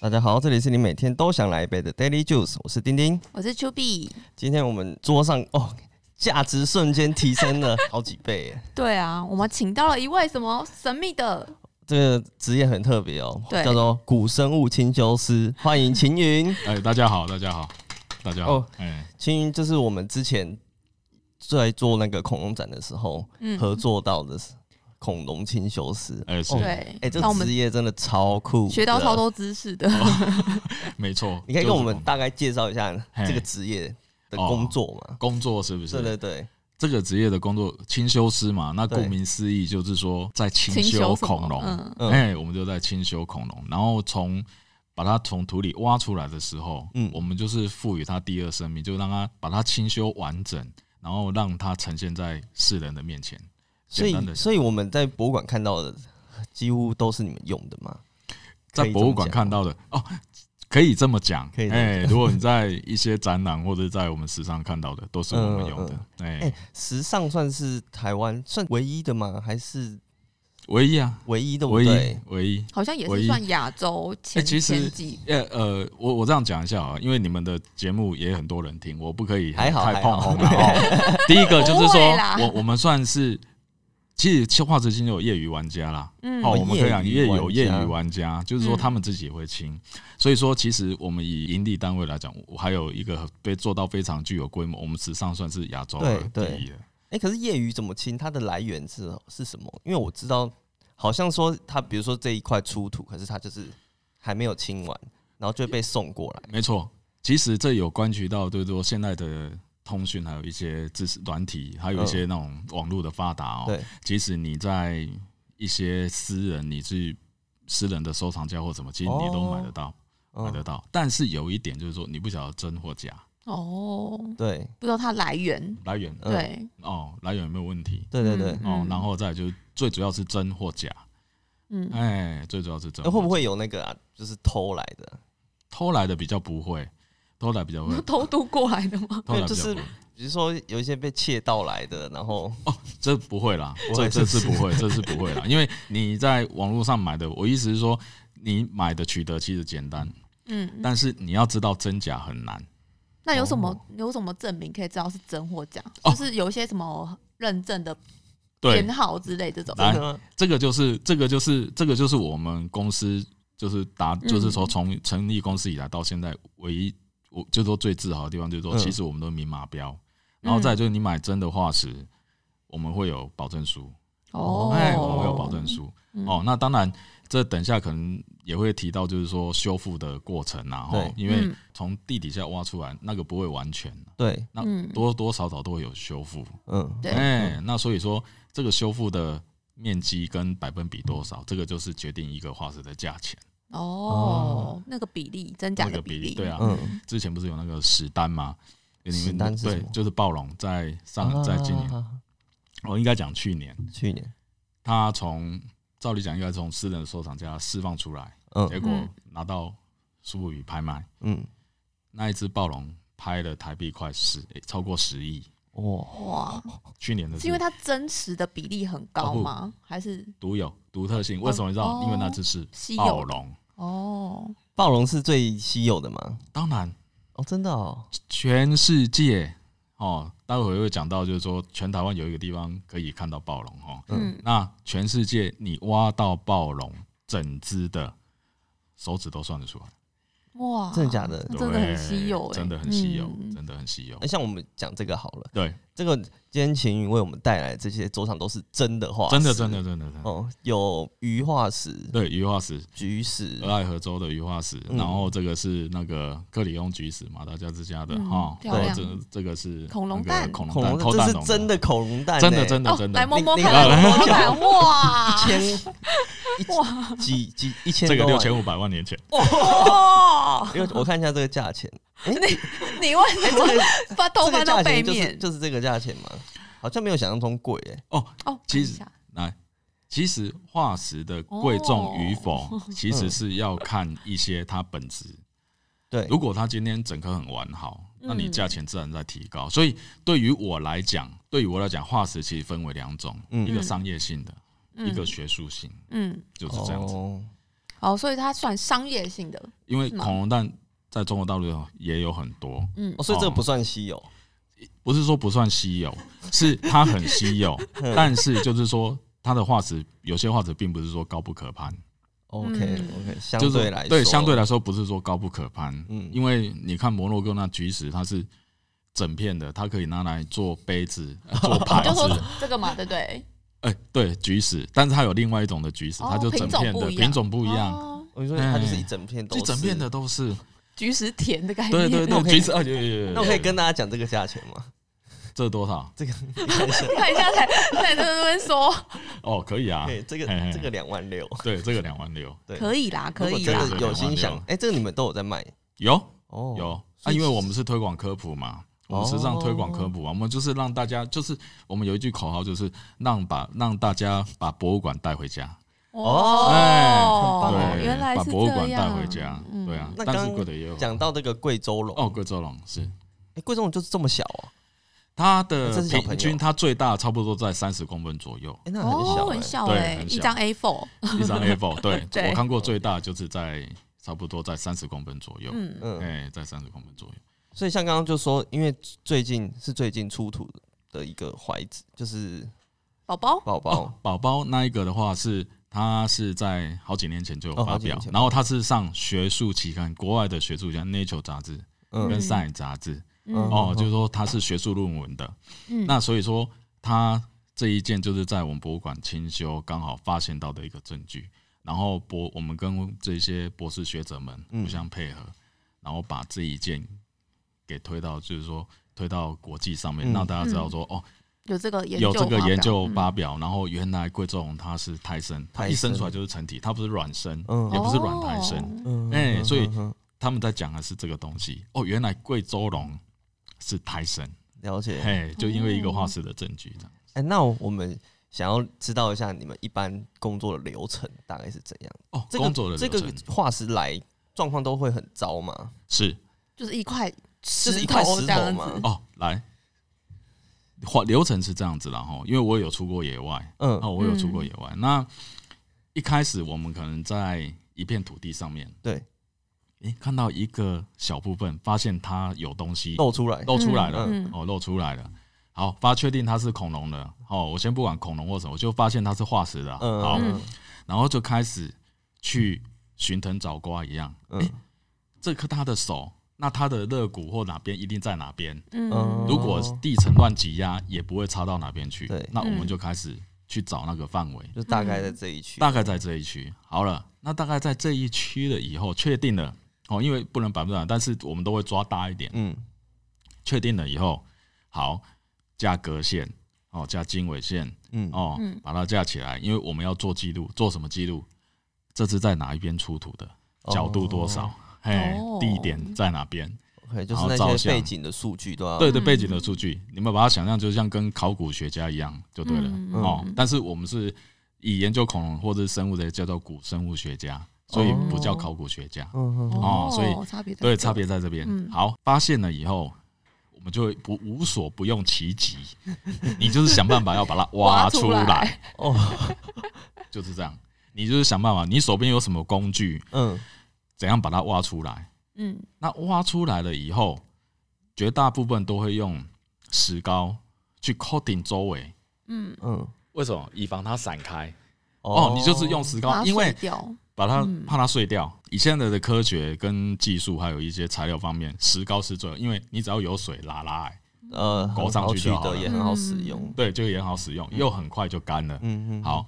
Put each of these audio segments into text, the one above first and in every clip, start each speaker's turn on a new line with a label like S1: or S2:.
S1: 大家好，这里是你每天都想来一杯的 Daily Juice，我是丁丁。
S2: 我是丘比。
S1: 今天我们桌上哦，价值瞬间提升了好几倍耶。
S2: 对啊，我们请到了一位什么神秘的，
S1: 这个职业很特别哦，
S2: 对
S1: 叫做古生物清修师。欢迎秦 云，
S3: 哎，大家好，大家好，大家好
S1: 哦。
S3: 哎，
S1: 秦云就是我们之前在做那个恐龙展的时候、
S2: 嗯，
S1: 合作到的恐龙清修师。
S3: 哎是
S1: 哦
S2: 对，
S1: 哎、这
S2: 让我
S1: 个
S2: 们
S1: 职业真的超酷，
S2: 学到超。多知识的。
S3: 哦没错。
S1: 你可以跟
S3: 就是
S1: 我们大概介绍一下
S3: 嘿
S1: 这个职业的工作嘛？
S3: 工作是不是？
S1: 对对对，
S3: 这个职业的工作，清修师嘛，那
S1: 对
S3: 顾名思义就是说在清
S2: 清修
S3: 修
S2: 什么
S3: 恐龙。
S2: 嗯
S1: 嗯
S3: 哎，我们就在清修恐龙，然后从把它从土里挖出来的时候，
S1: 嗯
S3: 嗯，我们就是赋予它第二生命，就让它把它清修完整，然后让它呈现在世人的面前。
S1: 所
S3: 简单
S1: 以
S3: 的
S1: 所以我们在博物馆看到的几乎都是你们用的嘛？
S3: 在
S1: 可以这么
S3: 博物馆看到的哦，可以这么讲，
S1: 可以这么
S3: 哎、如果你在一些展览或者在我们时尚看到的，都是我们用的，哎、
S1: 哎、时尚算是台湾算唯一的吗？还是
S3: 唯一啊，
S1: 唯一的？
S3: 唯
S1: 对
S3: 一，唯一。
S2: 好像也
S3: 唯
S2: 是
S3: 一
S2: 算亚洲前、
S3: 哎其实
S2: 前几，
S3: 呃呃，我我这样讲一下啊，因为你们的节目也很多人听，我不可以
S1: 还好
S3: 太
S1: 还
S3: 碰
S1: 好
S3: 红 了哦。第一个就是
S2: 不会
S3: 说
S2: 啦，
S3: 我我们算是，其实化石星有业余玩家啦，
S2: 嗯，
S3: 哦，
S1: 哦
S3: 我们可以讲
S1: 业余
S3: 业
S1: 玩
S3: 有业
S1: 家
S3: 余玩家，就是说
S2: 嗯
S3: 他们自己也会清，所以说其实我们以盈利单位来讲，我还有一个被做到非常具有规模，我们时尚算是亚洲
S1: 对
S3: 的
S1: 对
S3: 第一了。
S1: 哎、可是业余怎么清？它的来源是是什么？因为我知道，好像说它，比如说这一块出土，可是它就是还没有清完，然后就被送过来。
S3: 没错，其实这有关系到，就是说现在的通讯，还有一些知识软体，还有一些那种网络的发达哦。
S1: 嗯对，
S3: 即使你在一些私人，你去私人的收藏家或什么，其实你都买得到，买得
S1: 哦嗯，
S3: 到。但是有一点就是说，你不晓得真或假
S2: 哦，
S1: 对，
S2: 不知道它来源。
S3: 来源
S1: 嗯
S2: 对，
S3: 哦，来源有没有问题？
S1: 对对对。
S2: 嗯
S3: 哦，然后再来就是最主要是真或假，
S2: 嗯，，
S3: 哎，最主要是真
S1: 那、
S3: 或假。
S1: 会不会有那个啊？就是偷来的，
S3: 偷来的比较不会，偷来比较会
S2: 偷渡过来的 吗？
S3: 偷来
S1: 就
S3: 比较
S1: 是
S3: 不会
S1: 比如说有一些被窃盗来的，然后
S3: 哦，这不 会啦，
S1: 不会
S3: 这这
S1: 是
S3: 是不会，这是不会啦，因为你在网络上买的，我意思是说，你买的取得其实简单，
S2: 嗯，
S3: 但是你要知道真假很难。
S2: 那有什么、
S1: 哦
S2: 有什么证明可以知道是真或假？
S3: 哦
S2: 就是有一些什么认证的
S3: 对
S2: 编，号之类这种。
S3: 来
S1: 真的吗
S3: 这个就是这个就是这个就是我们公司就是达
S2: 嗯
S3: 就是说从成立公司以来到现在唯一我就说最自豪的地方就是说，
S1: 嗯
S3: 其实我们都明码标，然
S2: 嗯
S3: 后再来就是你买真的化石，我们会有保证书，
S2: 哦，
S3: 哎，我们会有保证书。
S2: 嗯
S3: 哦，那当然，这等一下可能也会提到，就是说修复的过程啊，
S1: 对
S3: 哈，因为
S2: 嗯
S3: 从地底下挖出来那个不会完全，
S1: 对，
S3: 那
S2: 嗯
S3: 多多少少都会有修复。
S1: 嗯，
S2: 对
S3: 哎、那所以说这个修复的面积跟百分比多少，这个就是决定一个化石的价钱，
S2: 哦，那个比例真假
S3: 那
S2: 的
S3: 个比
S2: 例，
S3: 例。对啊，
S1: 嗯
S3: 之前不是有那个史丹吗？你们
S1: 史丹是什
S3: 对
S1: 么，
S3: 就是暴龙在上在今年，
S1: 啊
S3: 我应该讲去年，
S1: 去年，
S3: 他从照理讲应该从私人收藏家释放出来，结
S1: 嗯
S3: 果
S2: 嗯
S3: 拿到苏富比拍卖，
S1: 嗯，
S3: 那一只暴龙拍了台币快十、诶超过十亿，
S1: 哇，
S2: 哇，
S3: 去年的
S2: 是因为它真实的比例很
S3: 哦
S2: 高吗？还是
S3: 独有独特性，为什么你知道？
S2: 哦
S3: 因为那只是
S2: 稀
S3: 暴
S2: 有的？
S3: 龙，
S2: 哦，
S1: 暴龙是最稀有的嘛？
S3: 当然
S1: 哦，真的哦，
S3: 全世界哦，待会会讲到，就是说全台湾有一个地方可以看到暴龙哦，
S1: 嗯
S2: 嗯，
S3: 那全世界你挖到暴龙整只的。手指都算得出来，
S2: 哇，
S1: 真的假的？
S2: 那真的很稀有
S3: 对
S2: 欸
S3: 真的很稀有，
S2: 嗯
S3: 真的很稀有
S1: 那。像我们讲这个好了，
S3: 对，
S1: 这个今天秦云为我们带来的这些桌上都是真的化石，
S3: 真的，真的，真的，真的。
S1: 哦，有鱼化石、
S3: 对，啊鱼化石，
S1: 菊石
S3: 俄，亥河州的鱼化石，
S1: 嗯
S3: 然后这个是那个克里翁菊石，马达加斯加的
S2: 嗯
S3: 哈，
S2: 漂
S3: 然后
S2: 亮
S3: 这这个是
S2: 恐龙
S3: 那个
S2: 蛋
S3: 恐
S1: 恐
S3: 龙蛋，
S1: 龙
S3: 偷
S1: 这
S3: 蛋
S1: 是
S3: 龙啊
S1: 真的恐龙蛋欸，
S3: 真的真的
S2: 哦
S3: 真，
S2: 来
S3: 的，
S2: 摸摸
S1: 那
S2: 看，
S1: 那个
S2: 摸摸看，哇，
S1: 千一几几一千
S3: 啊这个
S1: 多
S3: 六
S1: 万
S3: 千五百万年前，
S2: 哇，
S1: 因为我看一下这个价钱，
S2: 你你为什
S1: 这个
S2: 么把头
S1: 这
S2: 翻
S1: 个价
S2: 到背
S1: 钱就是
S2: 面？
S1: 就是这个价钱嘛，好像没有想象中贵哎、
S2: 哦，
S3: 其
S2: 看
S3: 实
S2: 一下
S3: 来，其实化石的贵重与否，其实是要看一些它本质。
S1: 嗯对，
S3: 如果它今天整颗很完好，那你
S2: 嗯
S3: 价钱自然在提高。所以对于我来讲，对于我来讲，化石其实分为两种，
S1: 嗯
S3: 一个商业性的，一
S2: 嗯
S3: 个学术性，
S2: 嗯，
S3: 就是这样子。
S1: 哦
S2: 哦，所以它算商业性的，
S3: 因为
S2: 是吗
S3: 恐龙蛋在中国大陆也有很多，
S2: 嗯
S1: 哦，，所以这个不算稀有，
S3: 不是说不算稀有， 是它很稀 有，
S1: 嗯
S3: 但是就是说它的化石有些化石并不是说高不可攀，
S1: OK OK，相
S3: 就是
S1: 对来说，
S3: 对相对来说不是说高不可攀，
S1: 嗯
S3: 因为你看摩洛哥那菊石它是整片的，它可以拿来做 杯子、呃做盘
S2: 你就说
S3: 子，
S2: 这个嘛，对不对？
S3: 哎、对菊石，但是它有另外一种的菊石，
S2: 哦
S3: 它就整片的
S2: 品种不一样
S3: 品种不一样，
S2: 哦，
S1: 我说它就是一整片都
S3: 就是整片的。都是，
S2: 菊石田的概念，
S3: 对对
S1: 那我
S3: 对，
S1: 可以
S3: 菊石，啊，有有有有有，
S1: 那我可以跟大家讲这个价钱吗？
S3: 这多少？
S1: 这个你看一下，
S2: 看一下才才在那边说，
S3: 哦，可以啊，
S1: 对，这个
S3: 嘿嘿
S1: 这个两万六，
S3: 对，这个两万六
S1: 对，
S2: 可以啦，可
S1: 如果
S2: 以
S1: 真
S2: 啦，
S1: 的有心想，哎，这个你们都有在卖
S3: 有。
S1: 哦，
S3: 有
S1: 所
S3: 啊，
S1: 以
S3: 因为
S1: 其
S3: 我们是推广科普嘛，我们
S1: 哦
S3: 时尚推广科普啊，我们就是让大家，就是我们有一句口号，就是让把让大家把博物馆带回家，
S1: 哦
S3: 哎
S1: 哦
S3: 对，
S2: 原来
S3: 把
S2: 是
S3: 博物
S2: 这
S3: 馆带
S2: 样嗯
S3: 回家，对啊，
S1: 那
S3: 但
S1: 刚
S3: 是贵的也有
S1: 讲到这个贵州龙，
S3: 哦，贵州龙是
S1: 哎，贵州龙就是这么小哦，
S3: 它
S1: 这
S3: 的
S1: 是小朋
S3: 平
S1: 友，
S3: 均，它最大差不多在三十公分左右
S1: 哎，那很
S2: 哦，
S1: 小
S2: 很
S1: 哎，
S2: 小
S3: 对
S2: 哎，
S3: 很
S2: 一
S3: 小
S2: 张 A4，
S3: 一张 A4，对
S2: 对
S3: 我看过最大就是在差不多在三十公分左右，
S2: 嗯，
S1: 嗯，
S3: 哎，在三十公分左右，
S1: 所以像刚刚就说，因为最近是最近出土的一个怀子，就是
S2: 宝宝，
S1: 宝
S3: 哦
S1: 宝，，
S3: 宝宝那一个的话是，它是在好几年前就有
S1: 哦
S3: 发
S1: 好几
S3: 表，
S1: 年前
S3: 然后它是上学术期刊，国外的学术期刊《Nature》杂志跟《
S1: 嗯
S3: Science》杂志，
S1: 嗯
S3: 哦，就是说它是学术论文的。
S2: 嗯
S3: 那所以说，它这一件就是在我们博物馆清修刚好发现到的一个证据，然后博我们跟这些博士学者们
S1: 嗯
S3: 互相配合，然后把这一件给推到，就是说推到国际上面，
S1: 嗯
S3: 让大家知道说，哦，
S2: 有这个研究
S3: 有
S2: 发
S3: 这
S2: 表，
S3: 个研究
S2: 嗯
S3: 发表，然后原来贵州龙它是胎生，它一
S1: 胎生
S3: 生出来就是成体，它不是卵生，
S1: 嗯
S3: 也不是卵胎生。
S2: 哦
S1: 嗯
S3: 哎所以
S1: 嗯嗯嗯
S3: 他们在讲的是这个东西哦，原来贵州龙是胎生，
S1: 了解，
S3: 嘿，就因为一个化石的证据这样。
S1: 哎、那我们想要知道一下你们一般工作的流程大概是怎样？
S3: 哦，
S1: 这
S3: 工作
S1: 个
S3: 的
S1: 这
S3: 流程
S1: 个化石来状况都会很糟吗？
S3: 是
S2: 就是一块
S1: 就
S2: 石
S1: 是一块
S2: 头
S1: 石
S2: 这
S1: 头
S2: 样
S1: 吗
S2: 子，？
S3: 哦，来，化流程是这样子啦，哈，因为我有出过野外，
S1: 嗯，
S3: 哦，我有出过野外。那一开始我们可能在一片土地上面，
S1: 对，
S3: 诶，看到一个小部分，发现它有东西
S1: 露出来，
S3: 露出来了，
S2: 嗯嗯
S3: 哦，露出来了。好，发确定它是恐龙了。哦，我先不管恐龙或什么，我就发现它是化石的。啊
S1: 嗯，
S3: 好，
S1: 嗯
S3: 然后就开始去寻藤找瓜一样，
S1: 嗯，
S3: 这颗它的手，那它的肋骨或哪边一定在哪边。
S1: 嗯
S3: 如果地层乱挤压，也不会差到哪边去。
S1: 对
S3: 那我们
S2: 嗯
S3: 就开始去找那个范围，
S1: 就大概在这一区，
S3: 嗯大概在这一区。好了，那大概在这一区了以后，确定了哦，因为不能百分之百，但是我们都会抓大一点。
S1: 嗯，
S3: 确定了以后，好加格线哦，加经纬线
S1: 嗯
S3: 哦，
S2: 嗯
S3: 把它架起来，因为我们要做记录，做什么记录？这是在哪一边出土的，
S1: 哦
S3: 角度多少，嘿
S2: 哦，
S3: 地点在哪边？
S1: ，OK，就是
S3: 然后
S1: 那
S3: 照
S1: 些
S3: 相
S1: 背景的数据都要，
S3: 对对，背景的数据，你们把它想象就像跟考古学家一样就对了
S2: 嗯
S3: 哦
S2: 嗯。
S3: 但是我们是以研究恐龙或者是生物的叫做古生物学家，所以不
S2: 哦
S3: 叫考古学家。
S1: 嗯嗯，
S3: 哦所以
S2: 差别在
S3: 对，
S2: 这
S3: 差别在这边。
S2: 嗯
S3: 好，发现了以后，我们就会不无所不用其极， 你就是想办法要把它挖
S2: 挖出
S3: 来，
S2: 来
S1: 哦，
S3: 就是这样。你就是想办法，你手边有什么工具，
S1: 嗯，
S3: 怎样把它挖出来？
S2: 嗯
S3: 那挖出来了以后，绝大部分都会用石膏去 coating 周围，
S2: 嗯，
S1: 嗯，
S3: 为什么？以防它散开。哦，你就是用石
S2: 把
S3: 膏，
S2: 它
S3: 因为
S2: 碎掉
S3: 把它
S2: 嗯
S3: 怕它碎掉。以现在的科学跟技术，还有一些材料方面，石膏是最好，因为你只要有水拉拉、欸，
S1: 呃，很
S3: 勾上
S1: 好
S3: 去
S1: 取
S3: 就好
S1: 得，
S3: 了
S1: 也很好使用，
S3: 对，就也很好使用，又很快就干了。
S1: 嗯嗯，
S3: 好，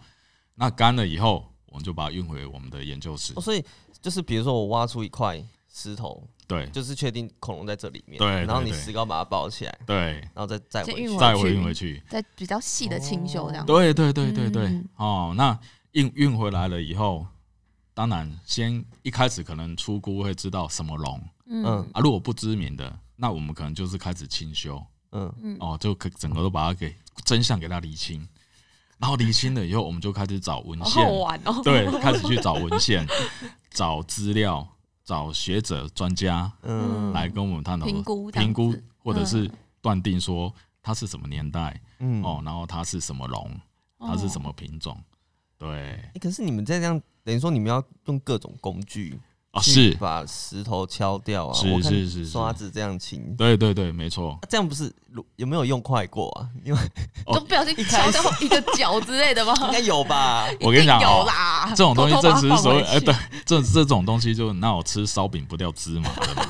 S3: 那干了以后，我们就把它运回我们的研究室
S1: 哦，。所以就是比如说我挖出一块石头，
S3: 对
S1: 就是确定恐龙在这里面，
S3: 对对
S1: 然后你
S3: 对
S1: 石膏把它包起来，
S3: 对，
S1: 然后再再
S2: 再
S1: 回
S2: 运
S1: 去
S2: 回，
S3: 再回运回去。
S2: 在比较细的清修这样，
S3: 对对对对对
S2: 嗯，
S3: 哦，那运运回来了以后，当然先一开始可能出估会知道什么龙
S1: 嗯
S2: 嗯
S3: 啊，如果不知名的，那我们可能就是开始清修。
S1: 嗯，
S2: 嗯
S3: 哦，就可整个都把它给真相给它理清，然后理清了以后，我们就开始找文
S2: 好
S3: 献
S2: 好，玩哦，
S3: 对，开始去找文献、 找资料、找学者专家
S1: 嗯
S3: 来跟我们探讨
S2: 评估这样
S3: 评估
S2: 子，嗯
S3: 或者是断定说它是什么年代
S1: 嗯
S3: 哦
S2: 哦
S3: 哦，然后它是什么龙，它是什么品种，对，
S1: 哎欸可是你们在这样等于说你们要用各种工具
S3: 啊，
S1: 去
S3: 是，
S1: 把石头敲掉啊，
S3: 是
S1: 我看
S3: 是是是
S1: 刷子这样清。
S3: 对对对，没错，
S1: 啊这样不是如有没有用快过啊？ 因为
S3: 哦
S2: 就不小心敲掉一个角之类的吗？
S1: 应该有吧？
S3: 我跟你讲
S2: 一定有
S3: 哦，
S2: 啦，
S3: 这种东西
S2: 偷偷
S3: 正
S2: 把它
S3: 是所谓
S2: 放回
S3: 哎，
S2: 去
S3: 对，这这种东西就那我吃烧饼不掉芝麻的嘛，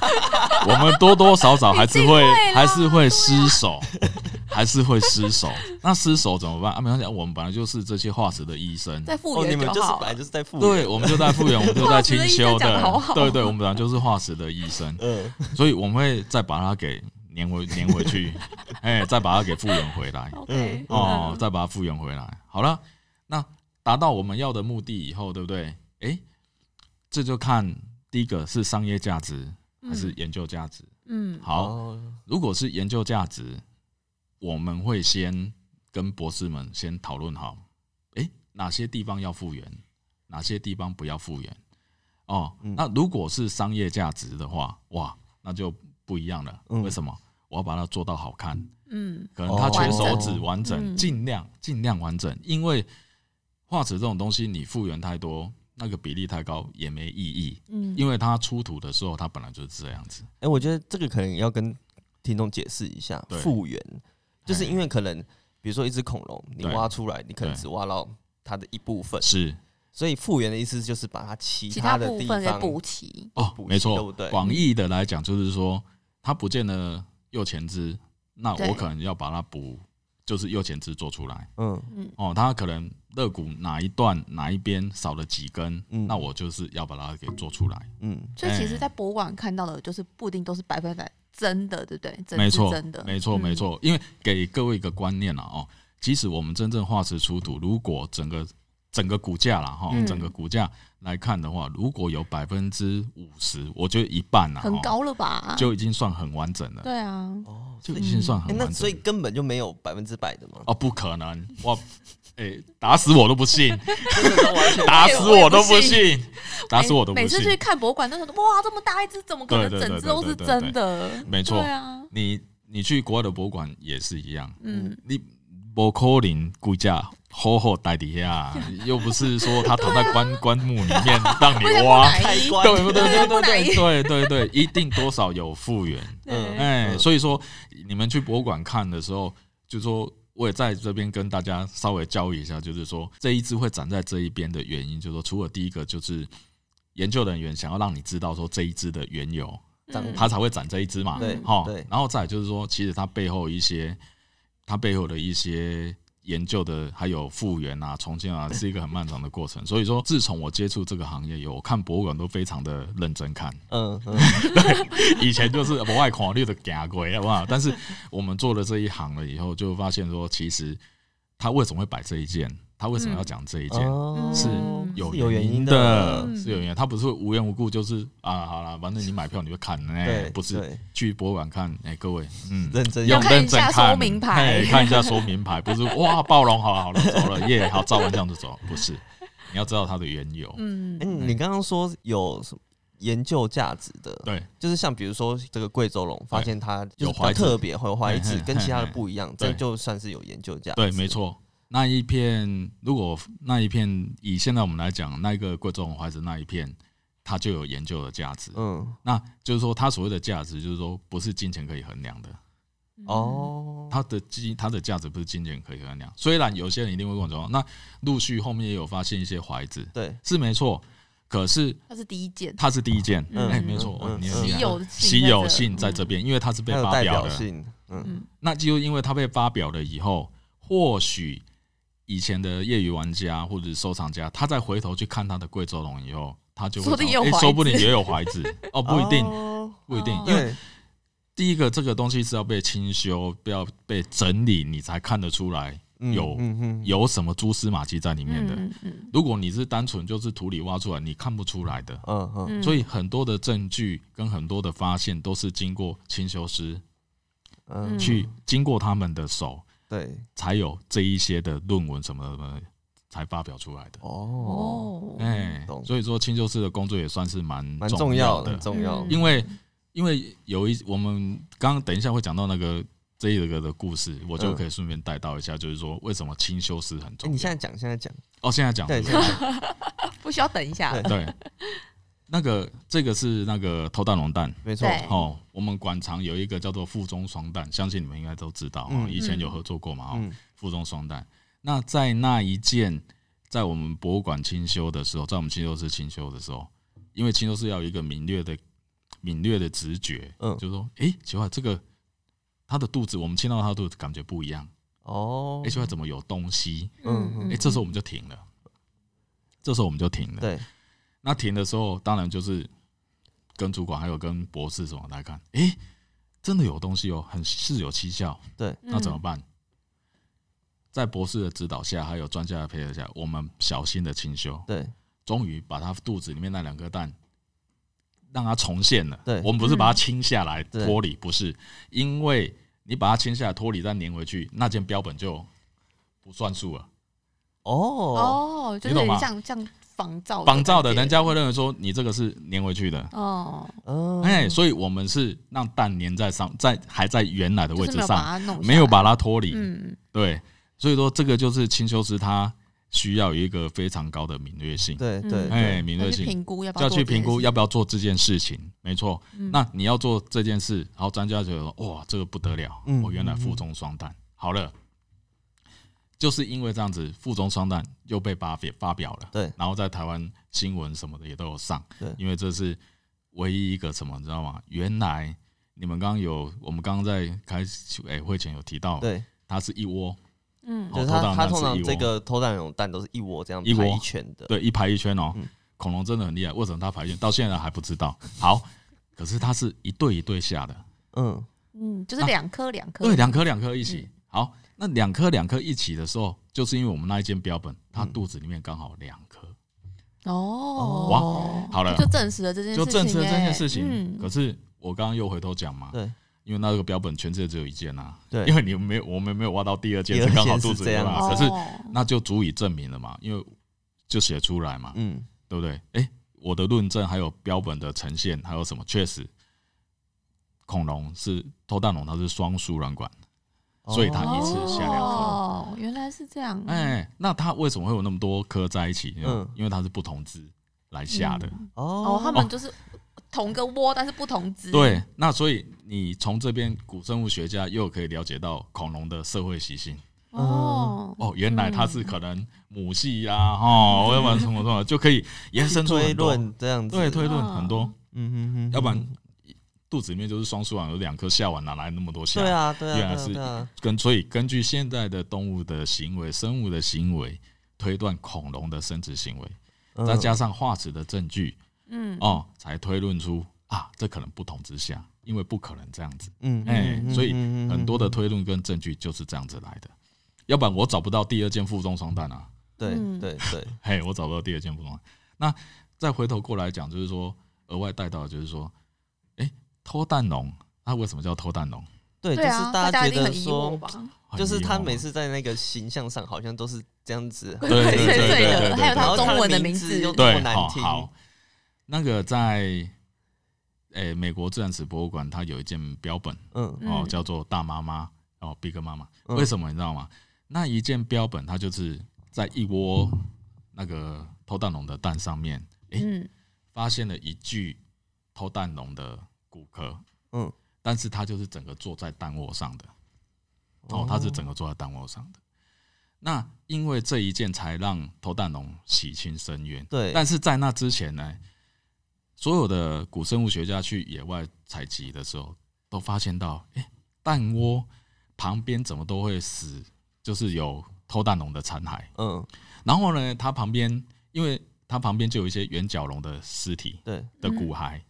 S3: 我们多多少少还是
S2: 一定
S3: 会
S2: 会啦
S3: 还是会失手， 还是会失手。那失手怎么办？啊，没关系，我们本来就是这些化石的医生，
S2: 再 复
S1: 哦，你
S2: 原
S1: 们就是
S2: 好
S1: 本来
S2: 了。
S1: 就是在复原。
S3: 对，我们就在复原，我们就在清
S2: 化
S3: 修
S2: 石的医生讲
S3: 的，
S2: 得好好
S3: 对对，我们本来就是化石的医生，
S1: 嗯，
S3: 所以我们会再把它给粘回粘 回去，哎，再把它给复原回来。
S2: OK，
S3: 哦，
S2: 嗯
S3: 再把它复原回来。好了，那达到我们要的目的以后，对不对？诶，这就看第一个是商业价值还是研究价值。
S2: 嗯，
S3: 好，
S1: 哦
S3: 如果是研究价值，我们会先跟博士们先讨论好，诶，哪些地方要复原，哪些地方不要复原。哦，
S1: 嗯
S3: 那如果是商业价值的话，哇，那就不一样了。
S1: 嗯
S3: 为什么？我要把它做到好看。
S2: 嗯，
S3: 可能它缺手指
S1: 哦
S3: 完整，
S2: 嗯
S3: 尽量尽量完整，因为化石这种东西你复原太多，那个比例太高也没意义，
S2: 嗯，
S3: 因为它出土的时候它本来就是这样子，
S1: 哎、我觉得这个可能要跟听众解释一下
S3: 对，
S1: 复原就是
S3: 嘿
S1: 因为可能，比如说一只恐龙，你
S3: 对
S1: 挖出来，你可能
S3: 对
S1: 只挖到它的一部分，
S3: 是
S1: 所以复原的意思就是把它其
S2: 其
S1: 他
S2: 他
S1: 的
S2: 部
S1: 地
S2: 分给
S1: 方
S2: 补齐。
S3: 哦
S1: 补，习
S3: 没
S1: 对
S3: 错
S1: 不对，
S3: 广义的来讲就是说，它不见了右前肢，那
S2: 对
S3: 我可能要把它补，就是右前肢做出来
S1: 嗯
S2: 嗯，
S3: 哦，它可能肋骨哪一段哪一边少了几根，
S1: 嗯
S3: 那我就是要把它给做出来。
S1: 嗯，
S2: 所以其实，
S3: 哎
S2: 在博物馆看到的，就是不一定都是百分百真的，对不对？真
S3: 没
S2: 是
S3: 错，
S2: 真的，
S3: 没错，
S2: 嗯
S3: 没。错。因为给各位一个观念了哦，即使我们真正化石出土，如果整个整个骨架啦哈，
S2: 嗯
S3: 整个骨架来看的话，如果有百分之五十，我觉得一半啦，
S2: 很
S3: 哦
S2: 高了吧？
S3: 就已经算很完整了，
S2: 对啊，
S1: 哦，
S3: 就
S1: 所
S3: 已
S1: 以、
S3: 经算很
S1: 哎
S3: 完整
S1: 那
S3: 了。
S1: 所以根本就没有百分之百的嘛，
S3: 哦，不可能，哇，哎、打死我都不信，
S1: 真的都完全
S3: 打死我都
S2: 我
S3: 不
S2: 也不
S3: 信，打死我都
S2: 每
S3: 不
S2: 每次去
S3: 信。
S2: 看博物馆，都想说哇，这么大一只，怎么可能
S3: 对对
S2: 整
S3: 对
S2: 只都是
S3: 对对对
S2: 真的？
S3: 没错
S2: 对啊，
S3: 你你去国外的博物馆也是一样，
S2: 嗯，
S3: 你不可能骨架厚厚待底下，又不是说他躺在棺、棺木里面让你
S2: 不然不
S3: 挖，
S2: 来
S1: 开关，
S3: 对对对
S2: 不
S3: 对
S2: 然不
S3: 对
S2: 然
S3: 对对对，一定多少有复原。
S1: 嗯
S2: 对，
S3: 哎，
S1: 嗯
S3: 所以说你们去博物馆看的时候，就说我也在这边跟大家稍微教育一下，就是说这一只会长在这一边的原因，就是说除了第一个就是研究人员想要让你知道说这一只的缘由，
S1: 长
S2: 嗯
S3: 它才会长这一只嘛，
S1: 对
S3: 哈
S1: 对，
S3: 然后再来就是说，其实它背后一些，它背后的一些研究的，还有复原啊、重建啊，是一个很漫长的过程。所以说，自从我接触这个行业以后，我看博物馆都非常的认 真看。
S1: 嗯嗯，
S3: 以前就是我爱狂绿的假鬼，好不好？但是我们做了这一行了以后，就发现说，其实他为什么会摆这一件，他为什么要讲这一件，
S1: 哦
S3: 是
S1: 是
S3: 有
S1: 有
S3: 原
S1: 原
S3: 因
S1: 因
S3: 的，
S2: 嗯
S3: 是有原因。他不是无缘无故就是啊，好了，反正你买票你会看，哎、
S1: 对，
S3: 不是
S1: 对
S3: 去博物馆看，哎、各位，嗯，
S1: 认真
S2: 要
S1: 用
S3: 用
S2: 看
S3: 认
S2: 一
S3: 真
S2: 下
S3: 看
S2: 说明牌
S3: 嘿看一下说明牌，不是哇，暴龙好了好了走了耶好，照完这样就走，不是，你要知道它的缘由，
S2: 嗯
S1: 哎、，你刚刚说有什么研究价值的，
S3: 对，
S1: 就是像比如说这个贵州龙，发现它就
S3: 有
S1: 是比
S3: 怀
S1: 较
S3: 质
S1: 特别，会有怀质
S3: 嘿，嘿
S1: 跟其他
S3: 嘿
S1: 的
S3: 嘿
S1: 不一样，
S3: 对
S1: 这就算是有研究价值。
S3: 对，没。错。那一片，如果那一片以现在我们来讲，那个贵州怀子那一片，它就有研究的价值。
S1: 嗯，
S3: 那就是说，它所谓的价值，就是说不是金钱可以衡量的。
S2: 嗯
S1: 哦，
S3: 它的金它的价值不是金钱可以衡量。虽然有些人一定会跟我说，那陆续后面也有发现一些怀子，
S1: 对，
S3: 是没错。可是
S2: 它是第一件，
S3: 它是第一件，
S2: 嗯
S3: 哎、没错，
S1: 嗯
S3: 你
S1: 嗯
S3: 你
S2: 稀有性在这
S3: 稀有性在这边，因为它是被
S1: 它有
S3: 发
S1: 代表
S3: 表的，
S1: 性。嗯，
S2: 嗯
S3: 那就因为它被发表了以后，或许以前的业余玩家或者是收藏家，他再回头去看他的贵州龙以后，他就会
S2: 说不定
S3: 找
S2: 也有
S3: 诶
S2: 怀
S3: 说不
S2: 子
S3: 定也有怀子哦，不一定，
S1: 哦
S3: 不一定，
S2: 哦
S3: 因为
S1: 对，
S3: 第一个这个东西是要被清修，不要被整理，你才看得出来
S1: 嗯
S3: 有
S1: 嗯嗯，
S3: 有什么蛛丝马迹在里面的。
S2: 嗯嗯
S3: 如果你是单纯就是土里挖出来，你看不出来的。
S1: 嗯嗯，
S2: 嗯，
S3: 所以很多的证据跟很多的发现都是经过清修师
S1: 嗯，
S3: 去经过他们的手，
S1: 对，
S3: 才有这一些的论文什么什么才发表出来的。
S1: 哦，
S2: 哦，
S3: 哎、
S1: 懂
S3: 所以说清修师的工作也算是蛮
S1: 蛮
S3: 重
S1: 重要的，
S3: 的
S1: 很，重要。
S2: 嗯
S3: 因为因为有一我们刚刚等一下会讲到那个这一个的故事，我就
S1: 嗯
S3: 可以顺便带到一下，就是说为什么清修师很
S1: 哎，
S3: 重要。
S1: 你现在讲，现在讲，
S2: 嗯
S3: 哦，现在讲
S1: 对，
S3: 是
S1: 现
S3: 不是
S1: 在讲
S2: 不需要等一下了。
S3: 对，那个这个是那个偷蛋龙蛋
S1: 没错，
S2: 对
S3: 哦，我们馆藏有一个叫做附中双蛋，相信你们应该都知道哦，
S1: 嗯
S3: 以前有合作过嘛哦，
S1: 嗯，
S3: 附中双蛋。那在那一件在我们博物馆清修的时候，在我们清修室清修的时候，因为清修室要有一个敏锐的敏锐的直觉，
S1: 嗯
S3: 就是说，诶，奇怪，这个他的肚子，我们亲到他的肚子感觉不一样，
S1: 哦
S3: 诶，，奇怪，怎么有东西？
S1: 嗯嗯
S3: 诶，这时候我们就停了，这时候我们就停了。
S1: 对，
S3: 那停的时候，当然就是跟主管还有跟博士什么来看，诶，真的有东西哦，很是有蹊跷，
S2: 嗯
S3: 那怎么办？在博士的指导下，还有专家的配合下，我们小心的清修，
S1: 对，
S3: 终于把他肚子里面那两颗蛋让它重现了。
S1: 对
S3: 我们不是把它清下来
S1: 对
S3: 脱离，不是因为你把它清下来脱离再粘回去，那件标本就不算数了。
S1: 哦，
S2: 哦，就
S3: 你
S2: 是
S3: 懂吗
S2: 像像仿造
S3: 仿照的，
S2: 感觉
S3: 人家会认为说你这个是粘回去的。
S2: 哦，
S1: 嗯，
S3: 哎，所以我们是让蛋粘在上，在还在原来的
S2: 就
S3: 位
S2: 是
S3: 置
S2: 没有把
S3: 上，
S2: 它弄下来，
S3: 没有把它脱离。
S2: 嗯
S3: 对，所以说这个就是清修师他需要有一个非常高的敏锐性，
S1: 对
S2: 嗯
S1: 对，
S3: 哎，
S1: 对
S3: 敏
S2: 要
S3: 锐
S2: 去
S3: 性
S2: 评估要不
S3: 就要
S2: 做
S3: 去
S2: 这件
S3: 评估
S2: 事
S3: 要不要做这件事情，没错。
S2: 嗯
S3: 那你要做这件事，然后专家觉得说哇，这个不得了，
S1: 嗯
S3: 我原来
S1: 嗯
S3: 腹中双蛋，好了，就是因为这样子，腹中双蛋又被发表发表了，
S1: 对，
S3: 然后在台湾新闻什么的也都有上，
S1: 对
S3: 因为这是唯一一个什么，你知道吗？原来你们刚刚有，我们刚刚在开始哎、会前有提到，
S1: 对，
S3: 它是一窝，
S2: 嗯
S3: 哦
S1: 就是
S3: 偷蛋
S1: 它它
S3: 蛋
S1: 通
S3: 是
S1: 常
S3: 一
S1: 这
S3: 窝
S1: 个偷蛋蛹蛋都是一窝这样
S3: 一窝
S1: 排一圈的，
S3: 对，一排一圈哦。
S1: 嗯
S3: 恐龙真的很厉害，为什么它排一圈？到现在还不知道。好，可是它是一对一对下的，
S1: 嗯，
S2: 嗯，就是
S3: 那
S2: 两颗两颗，
S3: 啊对，两颗两颗一起。
S2: 嗯
S3: 好，那两颗两颗一起的时候，就是因为我们那一件标本，它
S1: 嗯
S3: 肚子里面刚好两颗，
S2: 哦，
S3: 好了
S2: 就证实了这件事
S3: 就
S2: 情，
S3: 证实了这件事
S2: 哎
S3: 情。可
S2: 嗯，
S3: 是我刚刚又回头讲嘛，
S1: 对
S3: 因为那个标本全世界只有一件呐、啊，
S1: 对
S3: 因为你没有我们没有挖到第二件
S1: 第二
S3: 是刚好
S1: 件是
S3: 肚子
S1: 这
S3: 里面
S1: 样
S3: 嘛，
S1: 子
S3: 啊可是
S2: 哦
S3: 那就足以证明了嘛，因为就写出来嘛，
S1: 嗯，
S3: 对不对？诶，我的论证还有标本的呈现，还有什么？确实，恐龙是偷蛋龙，它是双输卵管。所以它一次下两颗
S2: 哦，原来是这样，
S3: 哎、那它为什么会有那么多颗在一起？
S1: 嗯
S3: 因为它是不同只来下的。
S2: 嗯
S1: 哦
S2: 哦，他们就是同个窝，但是不同只，
S3: 对，那所以你从这边古生物学家又可以了解到恐龙的社会习性。
S2: 哦，
S3: 哦，原来
S1: 嗯
S3: 它是可能母系呀、啊，哦，或者什么什么，就可以延伸哦出
S1: 推
S3: 很多。
S1: 论这样子，
S3: 对，推论
S2: 嗯
S3: 很多，
S1: 嗯嗯嗯，
S3: 要不然肚子里面就是双输卵，有两颗下碗，哪来那么多下？
S1: 对啊对啊，
S3: 原来
S1: 对啊
S3: 是
S1: 对啊
S3: 跟所以根据现在的动物的行为、生物的行为推断恐龙的生殖行为，
S1: 嗯
S3: 再加上化石的证据
S2: 嗯，
S3: 哦，才推论出啊，这可能不同之下，因为不可能这样子，
S1: 嗯
S3: 哎
S1: 嗯嗯
S3: 所以
S1: 嗯嗯嗯
S3: 很多的
S1: 嗯
S3: 推论跟证据就是这样子来的，要不然我找不到第二件负重双蛋啊，
S1: 对
S2: 嗯
S1: 对对，
S3: 嘿，我找不到第二件负重。那再回头过来讲，就是说额外带到的就是说，哎、偷蛋龙，它为什么叫偷蛋龙？
S1: 对，就
S2: 对啊，
S1: 是大
S2: 家
S1: 家
S2: 一
S1: 觉
S2: 定
S1: 得
S2: 很疑惑
S1: 说，
S2: 吧？
S3: 很
S1: 就是
S3: 疑惑啊
S1: 他
S3: 嘛
S1: 每次在那个形象上好像都是这样子，
S3: 对对对对
S2: 碎
S3: 对
S2: 的，
S3: 对
S2: 还有
S1: 然
S2: 它
S1: 后他
S2: 中文的
S1: 名
S2: 名字
S1: 又多
S3: 对，
S1: 难
S3: 好
S1: 听，
S3: 好，那个在诶、美国自然史博物馆，它有一件标本
S1: 嗯
S3: 哦，
S2: 嗯
S3: 叫做大妈妈哦，Big 妈妈。
S1: 嗯
S3: 为什么你知道吗？那一件标本，它就是在一窝那个偷蛋龙的蛋上面
S2: 嗯，
S3: 发现了一具偷蛋龙的骨壳，
S1: 嗯，
S3: 但是它就是整个坐在蛋窝上的。哦，它是整个坐在蛋窝上的。那因为这一件才让偷蛋龙洗清深渊。
S1: 对，
S3: 但是在那之前呢，所有的古生物学家去野外采集的时候，都发现到，哎、蛋窝旁边怎么都会死，就是有偷蛋龙的残骸。
S1: 嗯
S3: 然后呢，它旁边，因为它旁边就有一些圆角龙的尸体
S1: 对，
S3: 的骨骸，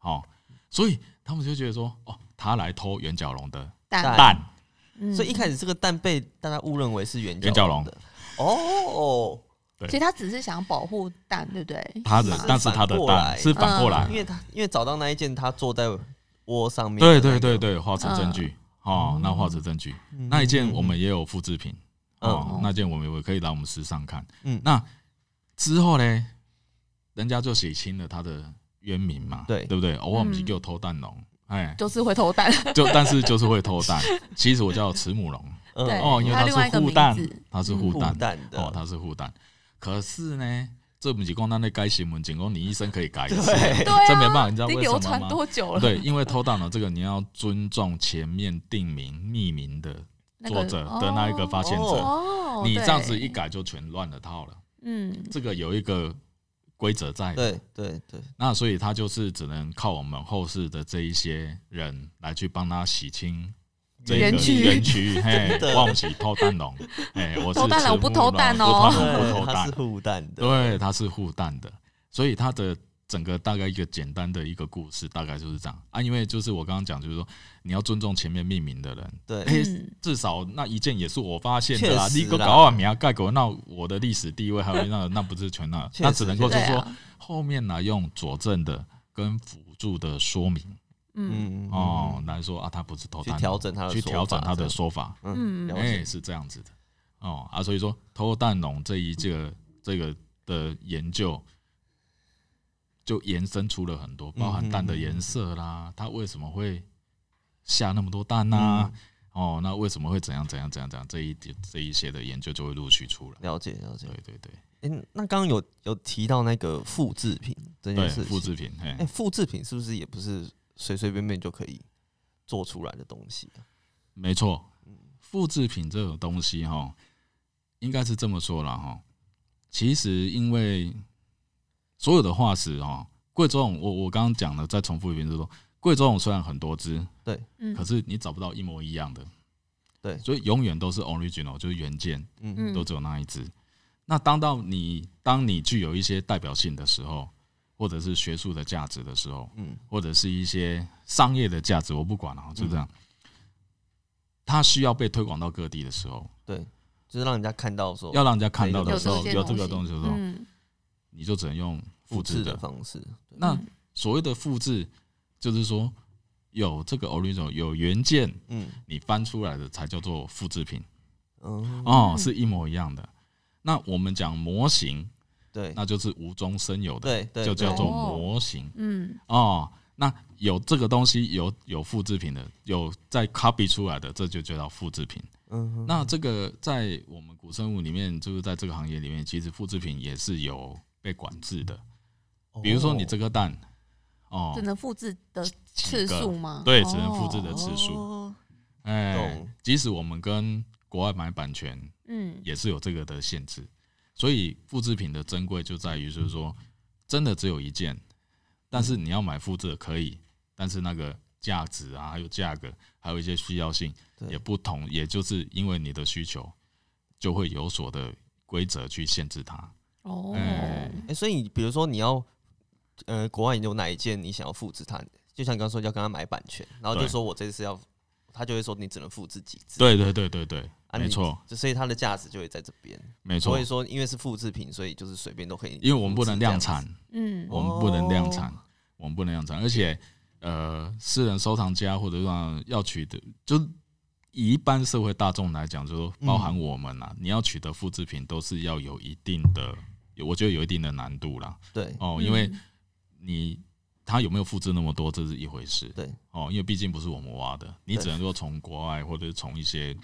S3: 哦，所以他们就觉得说，哦，他来偷圆角龙的
S1: 蛋
S2: 蛋，
S3: 蛋，
S2: 嗯
S1: 所以一开始这个蛋被大家误认为是圆
S3: 圆角龙
S1: 的，哦，
S2: 其实他只是想保护蛋，对不对？
S3: 他的
S1: 是
S3: 但是他的
S1: 反过
S3: 蛋
S1: 来嗯
S3: 是反过来，
S1: 因为他因为找到那一件他坐在窝上面，
S3: 对对对，对，化石证据。哦
S1: 嗯，
S3: 那化石证据，
S1: 嗯
S3: 那一件我们也有复制品，
S1: 嗯
S3: 哦，那件我们也可以来我们时尚看。
S1: 嗯
S3: 那之后呢，人家就写清了他的冤名嘛，
S1: 对
S3: 对不对？偶尔我们是
S2: 嗯
S3: 给我偷蛋龙，哎，
S2: 就是会偷蛋，
S3: 就但是就是会偷 蛋。其实我叫慈母龙，
S1: 嗯
S2: 对，
S3: 哦因为
S2: 它
S3: 它
S2: 另外
S3: 是
S2: 一个
S3: 护
S2: 名
S3: 蛋
S2: 字，
S3: 哦它是
S2: 嗯
S3: 护
S1: 护
S3: 蛋，
S1: 蛋的
S3: 哦，它是护蛋。可是呢，这不是光那那该新闻，仅供你一生可以改一次，
S1: 对
S2: 对啊，
S3: 真没办法，你知道
S2: 已经
S3: 为
S2: 流
S3: 什么
S2: 传
S3: 吗？
S2: 多久了？
S3: 对，因为偷盗呢，这个你要尊重前面定名匿名的
S2: 那
S3: 作
S2: 个
S3: 者的那一个发现者，
S2: 哦，
S3: 你这样子
S2: 对
S3: 一，改就全乱了套了。
S2: 嗯，
S3: 这个有一个规则在，
S1: 对对对，
S3: 那所以他就是只能靠我们后世的这一些人来去帮他洗清。这个
S2: 园区
S3: 园区，嘿
S1: 真，的
S3: 忘记偷 蛋龙，哎，我是
S2: 偷蛋龙
S3: 赤
S2: 不
S3: 木
S2: 偷
S3: 龙
S2: 蛋
S3: 不
S2: 哦
S3: 偷龙不
S1: 对，
S3: 偷
S1: 它
S3: 蛋
S1: 是，互蛋的，
S3: 对，它是互蛋的，所以它的整个大概一个简单的一个故事，大概就是这样啊。因为就是我刚刚讲，就是说你要尊重前面命名的人，
S1: 对
S3: 哎、
S2: 嗯
S3: 至少那一件也是我发现的啦。
S1: 确实
S3: 你个
S1: 啦
S3: 搞啊名盖狗，那我的历史地位还有那个 那不是全那，
S1: 确实
S3: 那只能够
S1: 我
S3: 是
S2: 对
S3: 说、
S2: 啊，
S3: 后面呢用佐证的跟辅助的说明
S2: 嗯
S1: 嗯
S3: 哦来说啊，他不是偷
S1: 去
S3: 蛋，
S1: 调整它的
S3: 去调整他的
S1: 说
S3: 说法，
S1: 法，嗯，
S2: 嗯
S1: 了
S3: 哎、
S1: 解，
S3: 是这样子的哦啊，所以说偷蛋龙这一这个这个的研究，就延伸出了很多，包含蛋的颜色啦，它为什么会下那么多蛋呐、
S1: 嗯
S3: 哦，那为什么会怎样怎样怎样怎样？这一点这一些的研究就会陆续出来。
S1: 了解了解
S3: 对。对对
S1: 哎，那刚刚有有提到那个复制品这
S3: 对
S1: 件事，，
S3: 复制品，嘿
S1: 哎，复制品是不是也不是随随便便就可以做出来的东西啊？
S3: 没错，复制品这种东西哈，应该是这么说啦哈。其实因为所有的化石哈，贵州龙我我刚刚讲的，再重复一遍，就是说贵州龙虽然很多只，
S2: 嗯，
S3: 可是你找不到一模一样的，
S1: 对
S3: 所以永远都是 original，就是原件，
S1: 嗯，
S3: 都只有那一只。那当到你当你具有一些代表性的时候，或者是学术的价值的时候，
S1: 嗯
S3: 或者是一些商业的价值，我不管了，就这样。它需要被推广到各地的时候，
S1: 就是让人家看到说
S3: 要让人家看到的
S2: 有
S3: 时
S2: 这
S3: 候，
S2: 些
S3: 有这个东西的时候，
S2: 嗯，
S3: 你就只能用复
S1: 复
S3: 制
S1: 制
S3: 的
S1: 的。方式，
S3: 那
S2: 嗯
S3: 所谓的复制，就是说有这个 original 有原件，
S1: 嗯
S3: 你翻出来的才叫做复制品
S1: 嗯
S3: 哦，
S2: 嗯
S3: 是一模一样的。那我们讲模型，
S1: 对
S3: 那就是无中生有的，
S1: 对对，
S3: 就叫做
S2: 对
S3: 模型。
S2: 嗯，
S3: 哦，那有这个东西，有有复制品的，有再 copy 出来的，这就叫复制品。
S1: 嗯
S3: 那这个在我们古生物里面，就是在这个行业里面，其实复制品也是有被管制的。比如说你这
S1: 个
S3: 颗蛋，哦，
S2: 嗯只能复制的
S3: 几
S2: 次
S3: 个
S2: 数吗？
S3: 对，只能复制
S2: 哦
S3: 的次数。
S1: 数
S3: 哎、
S1: 懂
S3: 即使我们跟国外买版权，
S2: 嗯，
S3: 也是有这个的限制。所以复制品的珍贵就在于，就是说，真的只有一件，但是你要买复制的可以，但是那个价值啊，还有价格，还有一些需要性
S1: 对
S3: 也不同，也就是因为你的需求，就会有所的规则去限制它。
S2: 哦，
S3: 哎
S1: 哎、所以你比如说你要，呃，国外有哪一件你想要复制它，就像你刚刚说要跟他买版权，然后就
S3: 对
S1: 说我这次要，他就会说你只能复制几只，
S3: 对对对对对，
S1: 啊
S3: 没错，
S1: 就所以它的价值就会在这边。
S3: 没
S1: 所
S3: 错
S1: 以，说，因为是复制品，所以就是随便都可以，
S3: 哦因为我们不能量产，，
S2: 嗯，
S3: 我们不能量产，
S1: 哦
S3: 我们不能量产，而且呃，私人收藏家或者说要取得，就以一般社会大众来讲，就
S1: 嗯
S3: 说包含我们啊，你要取得复制品都是要有一定的，有我觉得有一定的难度啦。
S1: 对
S3: 哦，因
S1: 嗯
S2: 嗯
S3: 为你他有没有复制那么多，这是一回事。
S1: 对，
S3: 哦，因为毕竟不是我们挖的，你
S1: 对
S3: 只能说从国外或者是从一些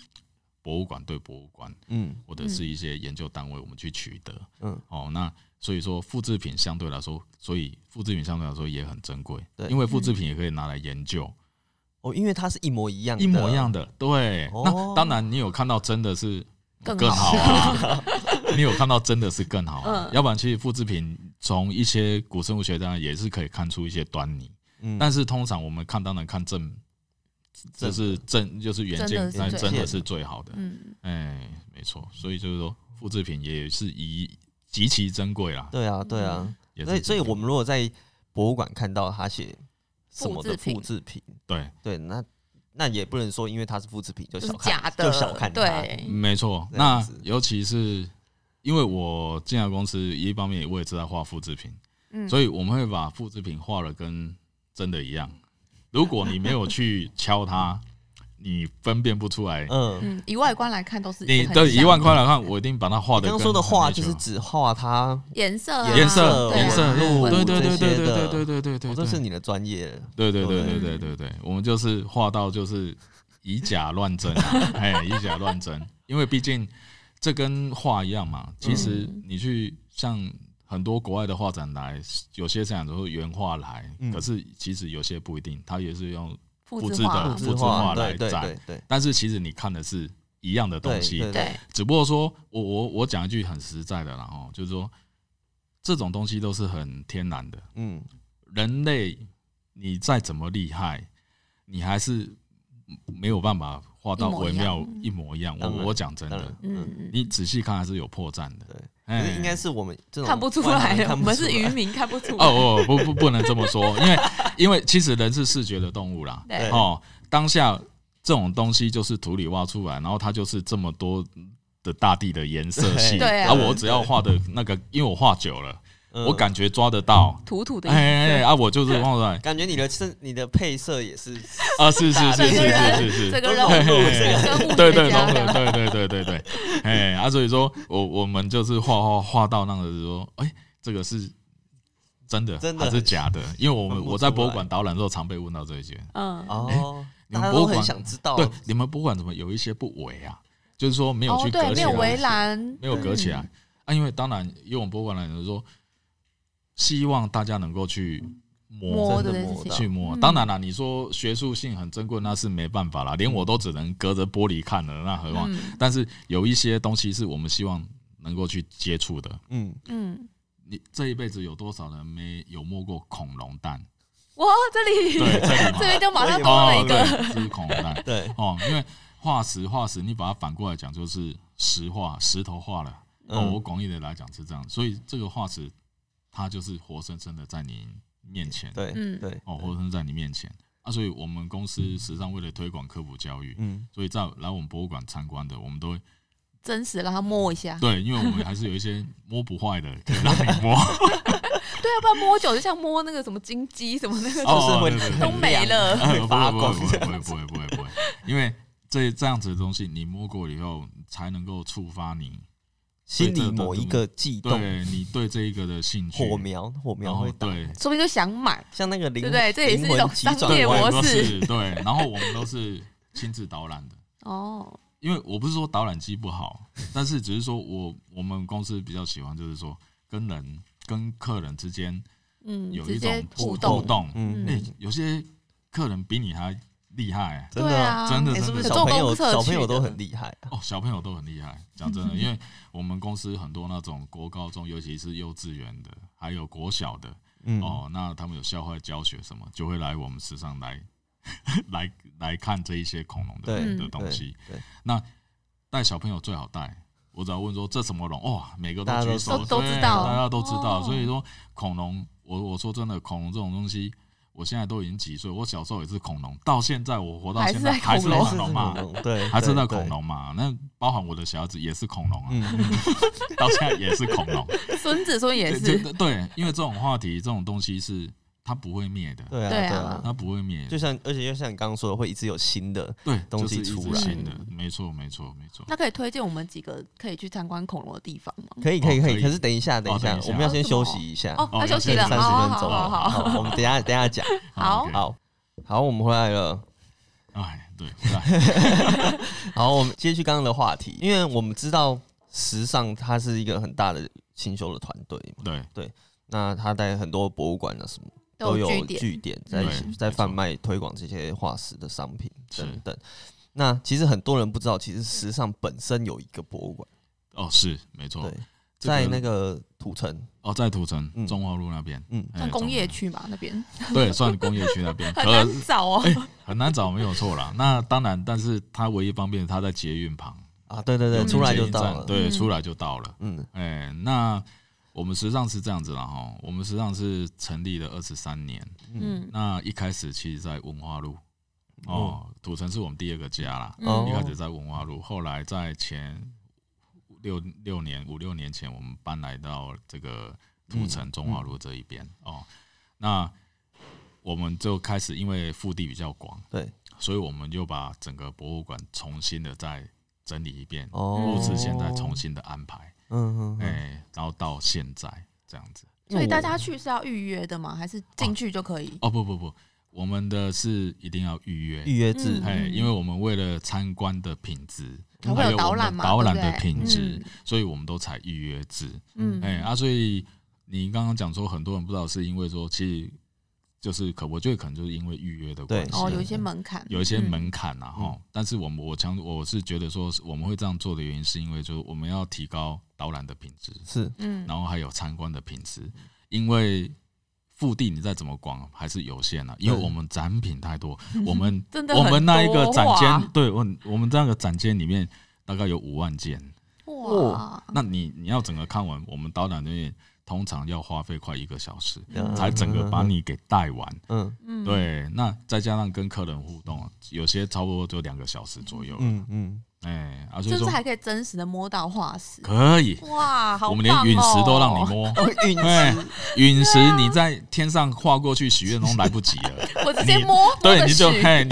S3: 博物馆对博物馆
S1: 嗯
S3: 或者是一些研究单位，我们去取得。
S1: 嗯，
S3: 哦，那所以说复制品相对来说，所以复制品相对来说也很珍贵，
S1: 对
S3: 因为复制
S2: 嗯
S3: 品也可以拿来研究，
S1: 哦，因为它是一模一样的，
S3: 一模一样的，对。
S1: 哦
S3: 那当然，你有看到真的是
S2: 更
S3: 更
S2: 好
S3: 好啊， 你有看到真的是更好啊，
S2: 嗯
S3: 要不然其实复制品从一些古生物学上也是可以看出一些端倪，
S1: 嗯，
S3: 但是通常我们看当然看正。
S1: 正
S3: 这是正，就是原件
S2: 真的，是
S3: 那
S2: 最
S3: 真
S1: 好
S3: 的
S1: 的
S3: 是最好的。
S2: 嗯，
S3: 哎，没错，所以就是说，复制品也是以极其珍贵啦。
S1: 对啊对啊，
S3: 嗯也是
S1: 所以
S3: 极
S1: 所以
S3: 珍贵
S1: 我们如果在博物馆看到他写什么的
S2: 复制品
S1: 复制品，
S3: 对，
S1: 对，那那也不能说因为它是复制品就
S2: 就是
S1: 小看
S2: 假的，
S1: 就小看它
S2: 对，
S3: 没错。
S1: 这样
S3: 那
S1: 子
S3: 尤其是因为我进来公司，一方面我也是在画复制品，
S2: 嗯，
S3: 所以我们会把复制品画的跟真的一样。如果你没有去敲它，你分辨不出来。
S1: 嗯，
S2: 嗯，以外观来看都是
S3: 你
S2: 很
S3: 对
S2: 像
S3: 一万块来看，我一定把它画
S1: 你
S3: 的。
S1: 刚刚说的画就是指画它，
S2: 颜色啊、
S3: 颜色、
S2: 对啊
S3: 颜色、
S1: 路
S3: 对对
S1: 这
S3: 对对
S1: 些
S3: 对
S1: 的
S3: 对对对对哎对，
S1: 我这是你的专业了。
S3: 对对对
S2: 对
S3: 对对对对，我们就是画到就是以假乱真、啊， 哎，以假乱
S1: 嗯
S3: 真，因为毕竟这跟画一样嘛。其实你去像很多国外的画展来，有些展览都是原画来，
S1: 嗯
S3: 可是其实有些不一定，它也是用，
S2: 复
S3: 制
S2: 制
S3: 的
S2: 化
S3: 啊复
S1: 制
S3: 制
S1: 化
S3: 化来
S1: 对对
S3: 展
S1: 对对
S3: 但是其实你看的是一样的东
S1: 对
S3: 西，
S1: 对
S2: 对，
S3: 只不过说我我我讲一句很实在的啦哦，就是说这种东西都是很天然的，
S1: 嗯，
S3: 人类你再怎么厉害，你还是没有办法画到
S2: 一模
S3: 惟
S2: 一
S3: 妙
S2: 样
S3: 一模一样。我
S1: 当然
S3: 我讲真
S1: 当
S3: 的
S1: 然，，
S2: 嗯，
S3: 你仔细看还是有破绽的。
S1: 对，可
S3: 哎
S1: 是应该是我们这种
S2: 看不出
S1: 外行
S2: 来
S1: 人，
S2: 我
S1: 看不
S2: 们
S1: 出
S2: 是渔
S1: 来，
S2: 民，看不出来。
S3: 哦哦不不不能这么说，因为因为其实人是视觉的动物啦。
S2: 对
S1: 对，
S3: 哦，当下这种东西就是土里挖出来，然后它就是这么多的大地的颜色系。
S1: 对
S2: 对啊
S3: 啊，我只要画的那个，因为我画久了，
S1: 嗯
S3: 我感觉抓得到。
S2: 土土的
S3: 哎哎哎
S2: 颜色。
S3: 啊，我就是画出来
S1: 感觉你的身你的配色也是
S3: 啊，是是是是是是是
S2: 这。个
S1: 都
S2: 人
S1: 融
S2: 物，
S1: 入
S2: 这个生物
S3: 哎
S2: 学
S3: 对对，
S2: 家
S3: 融合，
S2: 的
S3: 对对对 对对，哎啊，所以说我我们就是画画画到那个说，哎，这个是真的
S1: 真的
S3: 还是假的？因为我
S1: 分
S3: 们
S1: 不
S3: 我在
S1: 出
S3: 博物
S1: 来
S3: 馆导览的时候常被问到这一些，
S2: 嗯，
S1: 哦，
S3: 你
S1: 大
S3: 们
S1: 家
S3: 博
S1: 都
S3: 物
S1: 很
S3: 馆
S1: 想知道，
S3: 对，你们博物馆怎么有一些不围啊？就是说没有
S2: 哦
S3: 去
S2: 对，
S3: 隔
S2: 没
S3: 起
S2: 有围
S3: 来，
S2: 栏，
S3: 没有隔起来
S2: 嗯，
S3: 啊，因为当然，因为我们博物馆的人说，希望大家能够去摸
S2: 摸
S1: 真
S2: 的
S1: 的
S2: 这
S1: 摸
S2: 些
S1: 到
S3: 去摸。
S2: 嗯
S3: 当然了，你说学术性很珍贵，那是没办法啦，连我都只能隔着玻璃看了，那何况？
S2: 嗯
S3: 但是有一些东西是我们希望能够去接触的。
S1: 嗯，
S2: 嗯，
S3: 你这一辈子有多少人没有摸过恐龙蛋？
S2: 哇，这里
S3: 对，这里
S2: 这
S3: 嘛，
S2: 边就马上多了
S3: 哦，
S2: 一个，
S3: 对，这是恐龙蛋
S1: 对，
S3: 哦，因为化石，化石，你把它反过来讲就是石化，石头化了。哦，我
S1: 嗯，
S3: 广义的来讲是这样，所以这个化石它就是活生生的在你面前，
S1: 对，
S2: 嗯
S1: 对，
S3: 哦，活生生在你面前。啊，所以我们公司时常为了推广科普教育，
S1: 嗯，
S3: 所以在来我们博物馆参观的，我们都会
S2: 真实让他摸一下。
S3: 对，因为我们还是有一些摸不坏的，可以让你摸。
S2: 对啊，不然摸久就像摸那个什么金鸡什么那个
S1: 就
S3: 哦
S1: 是会
S3: 对对对
S2: 都 没了。
S3: 哎
S1: 会
S3: 不
S1: 发
S3: 会不
S1: 光
S3: 会不会不会不会不会不会，因为这这样子的东西，你摸过以后才能够触发你
S1: 心里某一个悸动，
S3: 对你对这一个的兴趣。
S1: 火苗，火
S3: 然
S1: 苗
S3: 后
S1: 会打，
S3: 对，
S2: 说不定就想买，
S1: 像那个灵
S2: 对不对？这也是
S1: 灵
S2: 一种
S1: 魂急
S2: 商
S1: 转
S2: 业
S1: 弯
S3: 我
S2: 模
S3: 们都
S2: 式
S3: 是对，然后我们都是亲自导览的，
S2: 哦。
S3: 因为我不是说导览机不 好，但是只是说我我们公司比较喜欢就是说跟人跟客人之间
S2: 嗯，
S3: 有
S2: 直
S3: 一
S2: 接
S3: 种
S2: 互
S3: 动，
S2: 动，
S1: 嗯，
S3: 哎，有些客人比你还厉害、
S1: 真
S2: 对
S1: 的啊
S2: 啊，
S3: 真的
S1: 哎是不是
S2: 有
S1: 小朋
S2: 做
S1: 友
S2: 功课
S1: 小朋友
S2: 去的
S1: 都很厉害啊？
S3: 哦，小朋友都很厉害，讲真的，因为我们公司很多那种国高中，尤其是幼稚园的，还有国小的，
S1: 嗯，
S3: 哦，那他们有校外教学什么，就会来我们时尚来 来来看这一些恐龙的
S1: 对
S3: 的
S2: 嗯
S3: 东西。
S1: 对对
S3: 带小朋友最好带，我只要问说这什么龙，哇、每个
S1: 大
S3: 都
S1: 家
S3: 举
S1: 都
S3: 手，
S2: 都都知
S3: 对
S2: 道
S3: 大家都知道。
S2: 哦
S3: 所以说恐龙，我我说真的，恐龙这种东西。我现在都已经几岁，我小时候也是恐龙，到现在我活到
S2: 还
S3: 现
S2: 是
S3: 在
S2: 在
S3: 还是
S2: 恐龙
S3: 恐龙嘛，
S1: 龙， 对，
S3: 还是
S1: 对
S3: 那恐，龙嘛，那包含我的小孩子也是恐龙啊，
S1: 对嗯，
S3: 到现在也是恐龙。
S2: 孙子孙也
S3: 对
S2: 是，
S3: 对对，因为这种话题、这种东西是它不会灭的，
S1: 对啊，
S2: 对
S1: 对
S2: 啊
S1: 啊。
S3: 它不会灭
S1: 就
S3: 的。
S1: 像，而且就像你刚刚说的，会一直有新的，
S3: 对，
S1: 东西
S3: 就是一直
S1: 出来
S3: 新的
S2: 嗯，
S3: 没错，没错，没错。
S2: 那可以推荐我们几个可以去参观恐龙的地方吗？
S1: 可以，可以，
S3: 哦
S1: 可
S3: 可
S1: 以。
S3: 以哦
S1: 可是等一下，等一下
S3: 等一，下
S1: 我们要先休息一下，
S2: 哦，他
S3: 哦
S2: 休息了，
S3: 要
S1: 三
S3: 先
S1: 十
S2: 好
S1: 分
S2: 好
S1: 钟
S2: 好
S1: 了。
S2: 好好，
S1: 好，我们等一 下，等一下讲。
S2: 好
S3: OK
S1: 好，好，我们回来了。
S3: 哎，对，回来
S1: 好，我们接续刚刚的话题，因为我们知道时尚它是一个很大的清修的团队嘛，
S3: 对，
S1: 那它在很多博物馆啊什么
S2: 都
S1: 有
S2: 有
S1: 据
S2: 据点，
S1: 点在
S3: 对
S1: 在
S3: 没错
S1: 贩卖推广这些化石的商品
S3: 是
S1: 等等。那其实很多人不知道，其实时尚本身有一个博物馆，
S3: 哦，是没错
S1: 对，，在那
S3: 个
S1: 个土城，
S3: 哦，在土城
S1: 嗯
S3: 中华路那边，
S1: 嗯，
S3: 哎
S2: 像工业，
S3: 中
S2: 区嘛那 边
S3: 华 路对，算工业区那边，
S2: 很
S3: 可
S2: 难找哦。
S3: 很难找，没有错啦。那当然，但是它唯一方便，它在捷运旁，
S1: 啊，对对对，
S3: 有
S1: 出来
S3: 捷
S1: 就
S3: 运
S1: 到
S3: 站
S1: 了，
S3: 对，
S2: 嗯
S3: 出来就到了。
S1: 嗯
S3: 哎、那我们实际上是这样子啦哈，我们实际上是成立了二十三年。
S1: 嗯
S2: 嗯
S3: 那一开始其实，在文化路哦，土城是我们第二个家啦。
S2: 嗯
S1: 哦
S3: 一开始在文化路，后来在前六六年五六年前，我们搬来到这个土城中华路这一边、哦。那我们就开始，因为腹地比较广，
S2: 嗯
S1: 对，
S3: 所以我们就把整个博物馆重新的再整理一遍，
S1: 哦，
S3: 布置现在重，新的安排。
S1: 嗯嗯
S3: 哎、
S1: 嗯，
S3: 然后到现在这样子。
S2: 所以大家去是要预约的吗？还是进去就可以？
S3: 哦，不不不，我们的是一定要预约，
S1: 预约制
S2: 嗯，
S3: 哎，因为我们为了参观的品质，
S2: 还
S3: 还
S2: 会
S3: 有
S2: 导
S3: 我们
S2: 览嘛？
S3: 导览
S2: 对不
S3: 的
S2: 对
S3: 品质，所以我们都采预约制。
S2: 嗯，
S3: 哎
S2: 嗯
S3: 啊，所以你刚刚讲说很多人不知道，是因为说其实就是可，我觉得可能就是因为预约的关系，啊
S1: 对
S2: 哦，有
S1: 的
S2: 一些门槛，
S3: 有一些
S2: 嗯
S3: 门槛啊哈、
S1: 嗯
S3: 但是我们我强我是觉得说我们会这样做的原因，是因为就是我们要提高导览的品质，
S1: 是
S2: 嗯，
S3: 然后还有参观的品质，因为。腹地你再怎么广还是有限啊，因为
S1: 对
S3: 我们展品 太多，我们
S2: 真的
S3: 我
S2: 很
S3: 们那一个
S2: 多啊
S3: 展间
S2: 哇，
S3: 对我我们那个展间里面大概有五万件，哦
S2: 哇，
S3: 那你你要整个看完，我们导览人员通常要花费快一个小时，
S1: 嗯
S3: 才整个把你给带完。
S1: 嗯
S2: 嗯，
S3: 对，那再加上跟客人互动，有些差不多就两个小时左右。
S1: 嗯嗯，
S3: 哎，啊，所
S2: 是
S3: 以
S2: 不
S3: 说
S2: 是还可以真实的摸到化石？
S3: 可以，
S2: 哇，好、哦，
S3: 我们连陨石都让你，摸。
S1: 运
S3: 哎，陨石你在天上划过去许愿都来不及了，
S2: 我直接摸，摸
S3: 对，
S2: 着
S3: 你就
S2: 许
S3: 嘿，你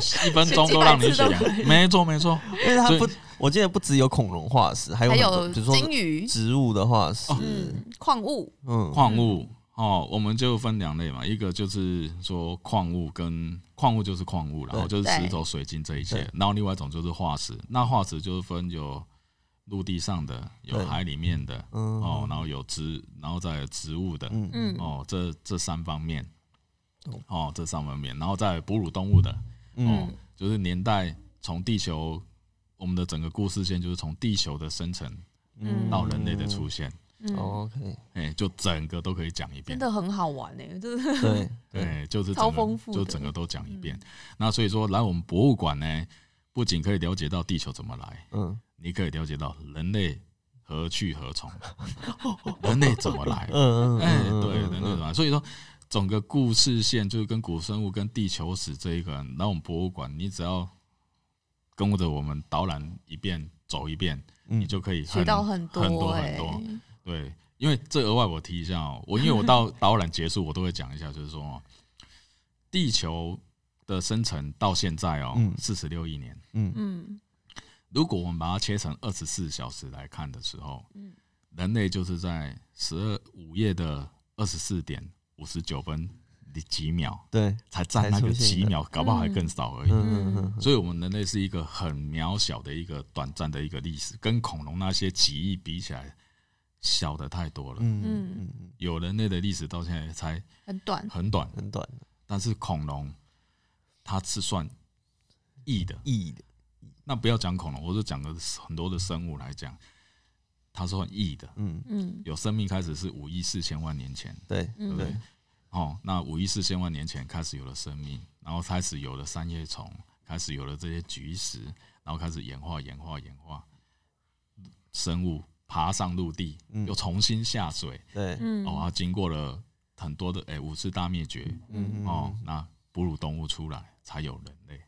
S3: 许一分钟都让你许
S2: 许几百次都可
S3: 两，没错没错，
S1: 因为它
S3: 所以
S1: 不，我记得不只有恐龙化石，还有
S2: 还
S1: 很
S2: 有
S1: 多比如说
S2: 金鱼，
S1: 植物的化石，
S2: 嗯，矿物，
S1: 嗯，
S3: 矿物哦，我们就分两类嘛，一个就是说矿物跟矿物就是矿物啦，然后就是石头、水晶这一些
S1: 对，
S3: 然后另外一种就是化石，那化石就是分有陆地上的，有
S1: 对
S3: 海里面的，
S1: 嗯
S3: 哦，然后有植，然后再有植物的，
S1: 嗯
S2: 嗯，
S3: 哦，这这三方面
S1: 懂，
S3: 哦，这三方面，然后再有哺乳动物的，
S1: 嗯
S3: 哦，就是年代从地球，我们的整个故事线就是从地球的生成
S2: 嗯
S3: 到人类的出现，
S2: 嗯，
S1: ，OK，
S3: 哎，就整个都可以讲一
S2: 真。
S3: 遍
S2: 的很好玩哎、真的
S1: 对，
S3: 对，就是
S2: 超
S3: 整个
S2: 丰富
S3: 就
S2: 的
S3: 整个都讲一遍。
S2: 嗯
S3: 那所以说，来我们博物馆呢，不仅可以了解到地球怎么来，
S1: 嗯
S3: 你可以了解到人类何去何 从，人类怎么来
S1: 嗯，嗯，
S3: 哎、
S1: 嗯
S3: 对，人类怎么
S1: 嗯
S3: 来。所以说，整个故事线就是跟古生物、跟地球史这一个，来我们博物馆，你只要跟着我们导览一遍、走一遍，
S1: 嗯
S3: 你就可以
S2: 学
S3: 很
S2: 到很多
S3: 很多
S2: 哎、
S3: 很多对，因为这额外我提一下哦、我因为我 到导览结束，我都会讲一下，就是说、哦，地球的生成到现在哦、
S1: 嗯
S3: 四十六亿年，
S1: 嗯
S2: 嗯
S3: 如果我们把它切成二十四小时来看的时候，
S2: 嗯
S3: 人类就是在十二午夜的二十四点五十九分几秒
S1: 对，
S3: 才占那
S1: 才
S3: 个
S1: 出现
S3: 几
S1: 的
S3: 秒，搞不好还更少而已。
S1: 嗯嗯嗯
S3: 所以，我们人类是一个很渺小的一个短暂的一个历史，跟恐龙那些几亿比起来，小的太多了。
S1: 嗯嗯嗯，
S3: 有人类的历史到现在才
S2: 很短，
S3: 很短，
S1: 很短的
S3: 但是恐龙它是算亿的。
S1: 意义的，
S3: 那不要讲恐龙，我就讲个很多的生物来讲，它是算亿的。
S1: 嗯，
S2: 嗯
S3: 有生命开始是五亿四千万年前，
S1: 对
S2: 嗯
S1: 对，
S3: 哦，那五亿四千万年前开始有了生命，然后开始有了三叶虫，开始有了这些菊石，然后开始演化、演化、演化，生物爬上陆地，
S1: 嗯
S3: 又重新下水，
S1: 对，
S2: 嗯
S3: 哦，它经过了很多的哎、五次大灭绝，
S1: 嗯
S3: 哦，，那哺乳动物出来才有人类。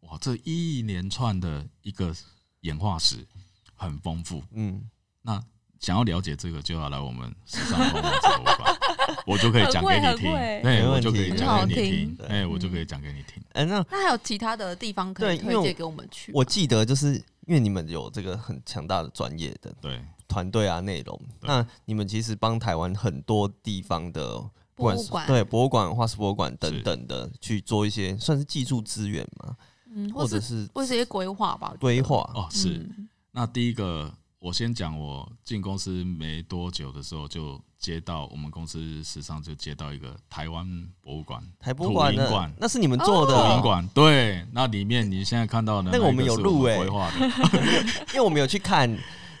S3: 哇，这一连串的一个演化史很丰富。
S1: 嗯，
S3: 那想要了解这个，就要来我们时尚公馆博物 馆，我就可以讲给你听
S2: 很会，嗯
S3: 对
S1: 没
S3: 我
S1: 问题
S3: 就可以讲给你
S2: 很
S3: 听
S1: 好听，
S3: 哎，我就可以讲给你听。
S1: 哎，那
S2: 那还有其他的地方可以
S1: 对因为
S2: 推
S1: 我
S2: 荐给我们去吗？
S1: 我记得就是因为你们有这个很强大的专业的
S3: 对，
S1: 团队啊内容，
S3: 对
S1: 那你们其实帮台湾很多地方的不
S2: 博
S1: 管
S2: 物
S1: 是
S2: 馆
S1: 对博物馆、化石博物馆等
S3: 是
S1: 等的去做一些算是技术资源嘛，
S2: 嗯，
S1: 或
S2: 或
S1: 者
S2: 是
S1: 是
S2: 或是一些规划吧，我觉得
S1: 规划。
S3: 哦，是。
S2: 嗯
S3: 那第一个，我先讲，我进公司没多久的时候，就接到我们公司时尚就接到一个台湾博物馆
S1: 台博物馆
S3: 土银
S1: 的
S3: 馆
S1: 那是你们做的，
S3: 博物馆，对，那里面你现在看到的
S1: 那个我们有
S3: 是
S1: 录欸
S3: 规划的，
S1: 因为我们有去看，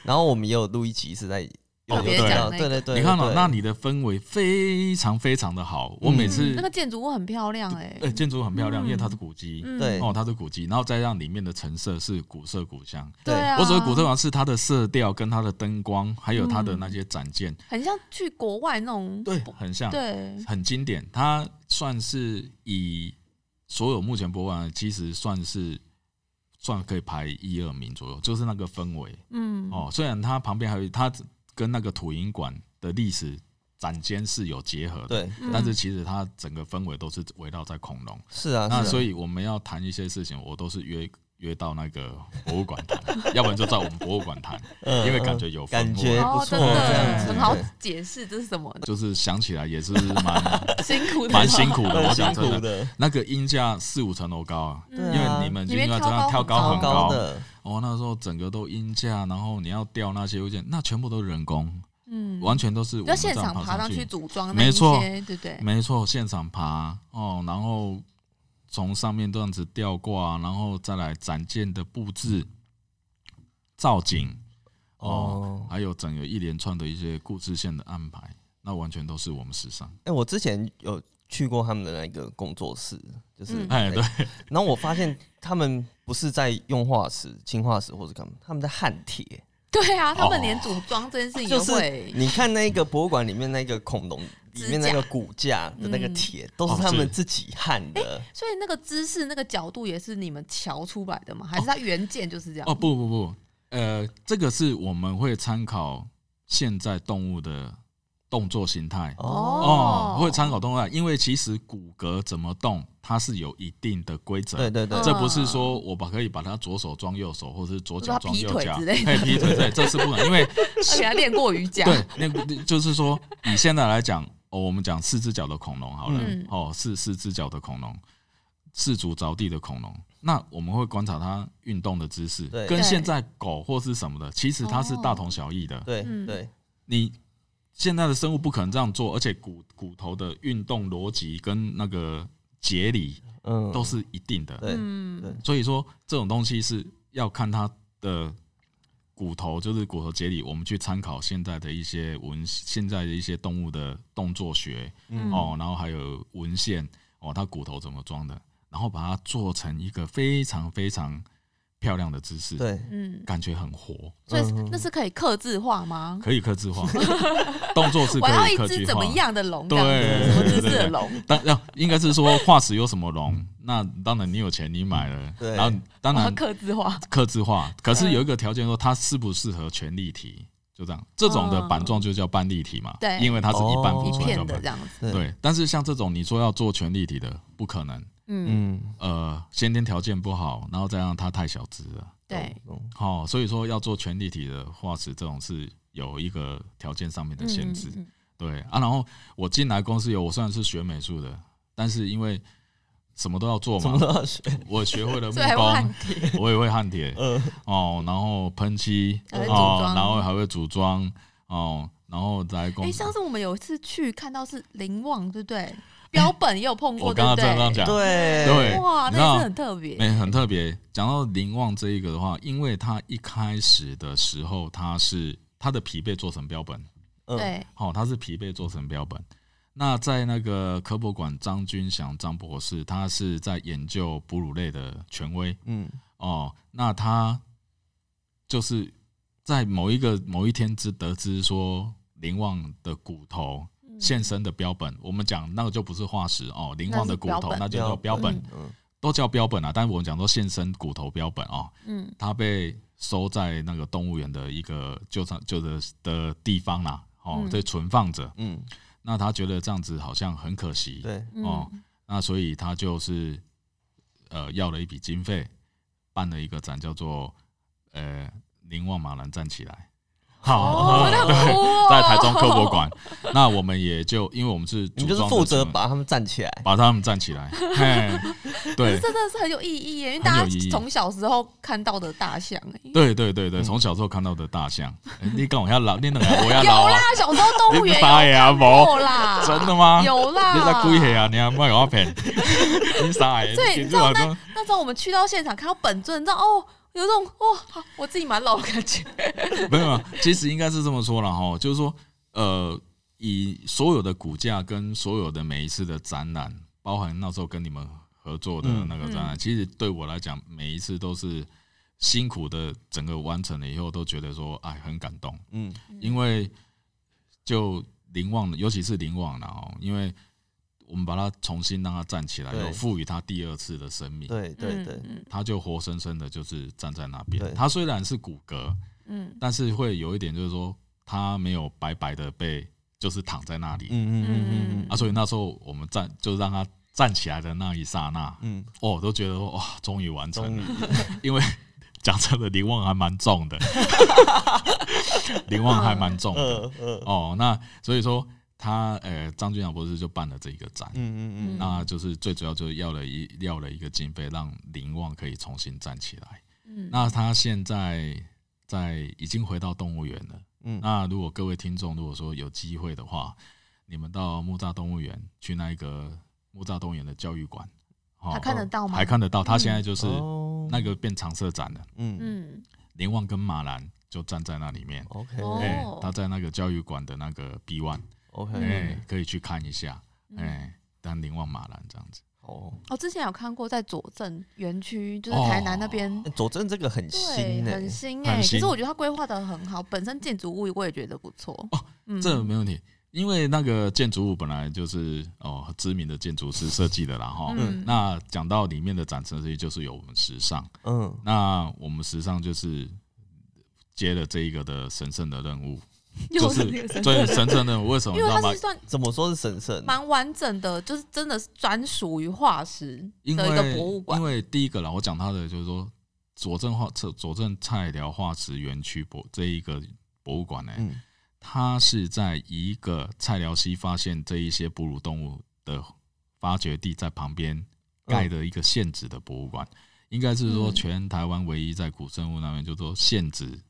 S1: 然后我们也有录一集是在有
S3: 哦
S1: 有
S3: 对
S1: 讲到
S2: 对嗯
S1: 对对对，
S3: 你看
S1: 到
S3: 哦，那里的氛围非常非常的好。我每次
S2: 那个建筑物很漂亮哎、
S3: 呃建筑很漂亮，
S2: 嗯
S3: 因为它是古迹
S2: 嗯
S1: 对
S3: 哦，它是古迹，然后再让里面的陈设是古色古香。
S2: 对啊，
S3: 我所谓古色古香是它的色调、跟它的灯光，还有它的
S2: 嗯
S3: 那些展件，
S2: 很像去国外那种
S3: 对，很像，
S2: 对，
S3: 很经典。它算是以所有目前博物馆，其实算是算可以排一二名左右，就是那个氛围。
S2: 嗯，
S3: 哦，虽然它旁边还有它跟那个土银馆的历史展间是有结合的，
S1: 对
S2: 嗯
S3: 但是其实它整个氛围都是围绕在恐龙。
S1: 是啊，
S3: 那所
S1: 以
S3: 以我们要谈一些事情，我都是约约到那个博物馆 谈，要不然就在我们博物馆谈，
S1: 呃
S3: 因为感觉有氛
S1: 嗯感
S3: 围
S1: 觉
S2: 哦
S1: 不错
S2: 真的
S3: 这样子
S2: 很好
S1: 对
S2: 解释这是什么呢，
S3: 就是想起来也是 蛮
S2: 辛苦的，
S3: 蛮辛苦的，
S1: 很
S3: 我
S1: 呃辛
S3: 讲真
S1: 苦
S3: 的。
S1: 的，
S3: 那个音架四五层楼高啊，
S2: 嗯，
S1: 对啊
S3: 因为你们
S2: 里
S3: 就
S2: 面
S3: 应该知道
S2: 挑
S3: 跳
S2: 高
S3: 高
S1: 超
S3: 很
S1: 高
S3: 高
S1: 的，
S3: 哦，那时候整个都音架，然后你要吊那些物件，那全部都是人工。
S2: 嗯，
S3: 完全都是
S2: 要
S3: 我们
S2: 现
S3: 这
S2: 场
S3: 样
S2: 爬上
S3: 上
S2: 去组装的
S3: 没
S2: 一
S3: 错
S2: 些，对不对？
S3: 没错，现场爬哦，然后从上面这样子吊挂，然后再来展件的布
S2: 嗯
S3: 置、造景，
S1: 哦，
S3: 还有整个一连串的一些故事线的安排，那完全都是我们时尚。
S1: 哎、我之前有去过他们的那个工作室，就是
S2: 嗯
S3: 哎，对，
S1: 然后我发现他们不是在用化石、氢化石或者干嘛，他们在焊铁。
S2: 对啊，他们
S3: 哦
S2: 连组装这件事情
S1: 就
S2: 都
S1: 是
S2: 会，
S1: 你看那个博物馆里面那个恐 龙里面那个骨架的
S2: 嗯
S1: 那个铁，都
S3: 哦
S1: 是他们自己焊的。
S2: 所以那个姿势、那个角度也是你们瞧出来的吗？还是它原件就是这样？
S3: 哦，不不不，呃，这个是我们会参考现在动物的动作形态哦，会参考动态，因为其实骨骼怎么动，它是有一定的规则。
S1: 对对对，
S3: 这不是说我把可以把它左手装右手，或者是左脚装右脚，
S2: 或嗯者他劈腿之类的
S3: 嘿劈腿之类，这是不能，因为
S2: 而且还练过瑜伽，
S3: 对那个就是说，以现在来讲，哦，我们讲四只脚的恐龙好了，
S2: 嗯
S3: 哦，是四只脚的恐龙，四足着地的恐龙，那我们会观察它运动的姿势
S1: 对，
S3: 跟
S2: 对哦
S3: 现在狗或是什么的，其实它是大同小异的。
S1: 对
S2: 嗯
S1: 对，
S3: 你现在的生物不可能这样做，而且骨骨头的运动逻辑跟那个节理
S1: 嗯，
S3: 都是一定的。
S1: 对对
S2: 嗯，
S3: 所以说这种东西是要看它的骨头，就是骨头节理，我们去参考现在的一些文，现在的一些动物的动作学、
S1: 嗯
S3: 哦，然后还有文献哦，它骨头怎么装的，然后把它做成一个非常非常漂亮的姿势，
S1: 对，
S2: 嗯，
S3: 感觉很活，
S2: 所以是
S1: 嗯
S2: 那是可以刻字化吗？
S3: 可以克制 化，动作是
S2: 我要
S3: 可
S2: 一
S3: 以克
S2: 只
S3: 制
S2: 怎
S3: 化
S2: 么。样的龙？
S3: 对
S2: 这样子什么姿势
S3: 对对
S2: 的
S3: 对
S2: 龙？
S3: 当要应该是说化石有什么龙，那当然你有钱你买了，
S1: 对
S3: 然后当
S2: 我要
S3: 然
S2: 刻字化，
S3: 克制化，可是有一个条件说它适不适合全立体，就这样。这种的板状就叫半立体嘛，
S2: 哦对
S3: 因为它是一半
S1: 哦
S3: 幅
S2: 一
S3: 出来
S2: 片
S3: 叫
S2: 的
S3: 半
S2: 这。样子，
S1: 对，
S3: 对，但是像这种你说要做全立体的，不可能。
S2: 嗯，
S1: 嗯，
S3: 呃，先天条件不好，然后再让它太小只了。
S2: 对，
S1: 懂，懂
S3: 好、所以说要做全立体的化石，这种是有一个条件上面的限制。
S2: 嗯嗯嗯
S3: 对啊，然后我进来公司有，我虽然是学美术的，但是因为什么都要做
S1: 什么都
S3: 嘛，
S1: 要学，
S3: 我学会 了木
S2: 所以还会
S3: 工
S2: 焊，铁，
S3: 我也会焊铁，
S1: 嗯，
S3: 哦，然后喷漆，
S2: 还会组
S3: 哦
S2: 装，
S3: 然后还会组装，哦，然后来公
S2: 哎，
S3: 司。
S2: 上次我们有一次去看到是林旺，对不对？标本也有碰过，
S3: 我
S2: 对
S3: 刚
S2: 不
S3: 刚这样
S2: 对？
S3: 讲，
S1: 对
S3: 啊对
S2: 哇，
S3: 你知道
S2: 那次很特别，
S3: 没很特别。讲到林旺这一个的话，因为他一开始的时候，他是他的皮被做成标本，
S1: 嗯，
S2: 对，
S3: 好、哦，他是皮被做成标本。那在那个科博馆，张军祥张博士，他是在研究哺乳类的权威
S1: 嗯，
S3: 哦。那他就是在某一个某一天知得知说，林旺的骨头
S2: 嗯
S3: 现身的标本，我们讲那个就不是化石哦，灵
S2: 那
S3: 旺
S2: 是
S3: 的骨
S2: 标
S3: 头
S2: 本
S3: 那就叫标本，
S1: 嗯，
S3: 都叫标本啊。但是我们讲说现身骨头标本哦，
S2: 嗯，
S3: 它被收在那个动物园的一个旧藏旧的的地方啦，哦
S2: 嗯，
S3: 这存放着。
S1: 嗯，
S3: 那他觉得这样子好像很可惜，
S1: 对，
S2: 嗯
S3: 哦，那所以他就是呃要了一笔经费，办了一个展，叫做呃凝望马兰站起来。
S2: 哦，那很酷哦，
S3: 在台中科博馆，那我们也就因为我们是
S1: 你
S3: 组
S1: 们就是
S3: 装的
S1: 负责
S3: 成员
S1: 把他们站起来，
S3: 把他们站起 来。嘿，
S2: 可是
S3: 对
S2: 这真的是很有意义耶，因为
S3: 很
S2: 大
S3: 有意
S2: 家
S3: 义
S2: 从小时候看到的大象哎，
S3: 对对对对，
S1: 嗯
S3: 从小时候看到的大象，诶你跟我要老，你两个我要
S2: 有
S3: 老啊
S2: 啦，，小时候动物
S3: 你
S2: 园
S3: 大爷啊，无
S2: 有啦，
S3: 真的吗？
S2: 有啦，
S3: 你在鬼黑啊，你还不要我骗？ 你傻耶？
S2: 对
S3: 你
S2: 你知道
S3: 简直好像
S2: 那时候我们去到现场看到本尊，你知道哦，有种哇、好我自己蛮老的感觉。
S3: 没有没有，其实应该是这么说了哈，就是说，呃，以所有的骨架跟所有的每一次的展览，包含那时候跟你们合作的那个展览，
S2: 嗯
S3: 其实对我来讲，每一次都是辛苦的，整个完成了以后，都觉得说，哎，很感动，
S1: 嗯，
S3: 因为就林旺，尤其是林旺了哦，因为我们把它重新让它站起来，
S1: 对
S3: 又赋予它第二次的生命。
S1: 对对对，
S2: 嗯
S3: 它就活生生的，就是站在那边
S1: 对。
S3: 它虽然是骨骼，
S2: 嗯
S3: 但是会有一点就是说，他没有白白的被就是躺在那里、
S1: 嗯嗯嗯嗯
S3: 啊，所以那时候我们站就让他站起来的那一刹那，
S1: 嗯，
S3: 哦，我都觉得说哇，终于完
S1: 终
S3: 成
S1: 于
S3: 了，，因为讲真的，林旺还蛮重 的，林旺还蛮重的
S1: 嗯嗯
S3: 哦，那所以说他呃，张俊阳博士就办了这一个展。
S1: 嗯嗯嗯，
S3: 那就是最主要就是要了一要了一个经费，让林旺可以重新站起来。
S2: 嗯
S3: 那他现在在已经回到动物园了，
S1: 嗯
S3: 那如果各位听众如果说有机会的话，你们到木栅动物园去那个木栅动物园的教育馆，哦
S2: 还看得到嗯吗
S3: 还看得到，他现在就是
S1: 哦
S3: 那个变常设展了，
S1: 嗯
S2: 嗯，
S3: 林旺跟马兰就站在那里面。
S1: ，OK
S2: 哦
S3: 哎、他在那个教育馆的那个 B one，哎、
S1: OK，
S3: 可以去看一下，
S2: 嗯
S3: 哎、但林旺马兰这样子，
S1: 哦，
S2: 哦，之前有看过在左镇园区，就是
S3: 哦
S2: 台南那边。
S1: 哎佐证这个很
S2: 对，
S1: 新呢，
S2: 很新哎、
S3: 很
S2: 其
S3: 新
S2: 实我觉得它规划的很好，本身建筑物我也觉得不错。
S3: 哦，
S2: 嗯
S3: 这没问题，因为那个建筑物本来就是哦知名的建筑师设计的啦哈。
S2: 嗯
S3: 那讲到里面的展陈设计，就是有我们时尚，
S1: 嗯，
S3: 那我们时尚就是接了这一个的神圣的任务，
S2: 又
S3: 就是
S2: 那个神
S3: 对神圣任务，为什么你
S2: 因为
S3: 知道
S2: 它
S3: 吗
S2: 是？算
S1: 怎么说是神圣？
S2: 蛮完整的，就是真的是专属于化石
S3: 因
S2: 的一个博物
S3: 为
S2: 馆
S3: 因。为第一个啦，我讲它的就是说佐证化佐佐证菜寮化石园区博这一个博物馆呢、
S1: 嗯
S3: 它是在一个菜寮溪发现这一些哺乳动物的发掘地在旁边
S1: 嗯
S3: 盖的一个现址的博物馆，应该是说
S2: 嗯
S3: 全台湾唯一在古生物那边就说现址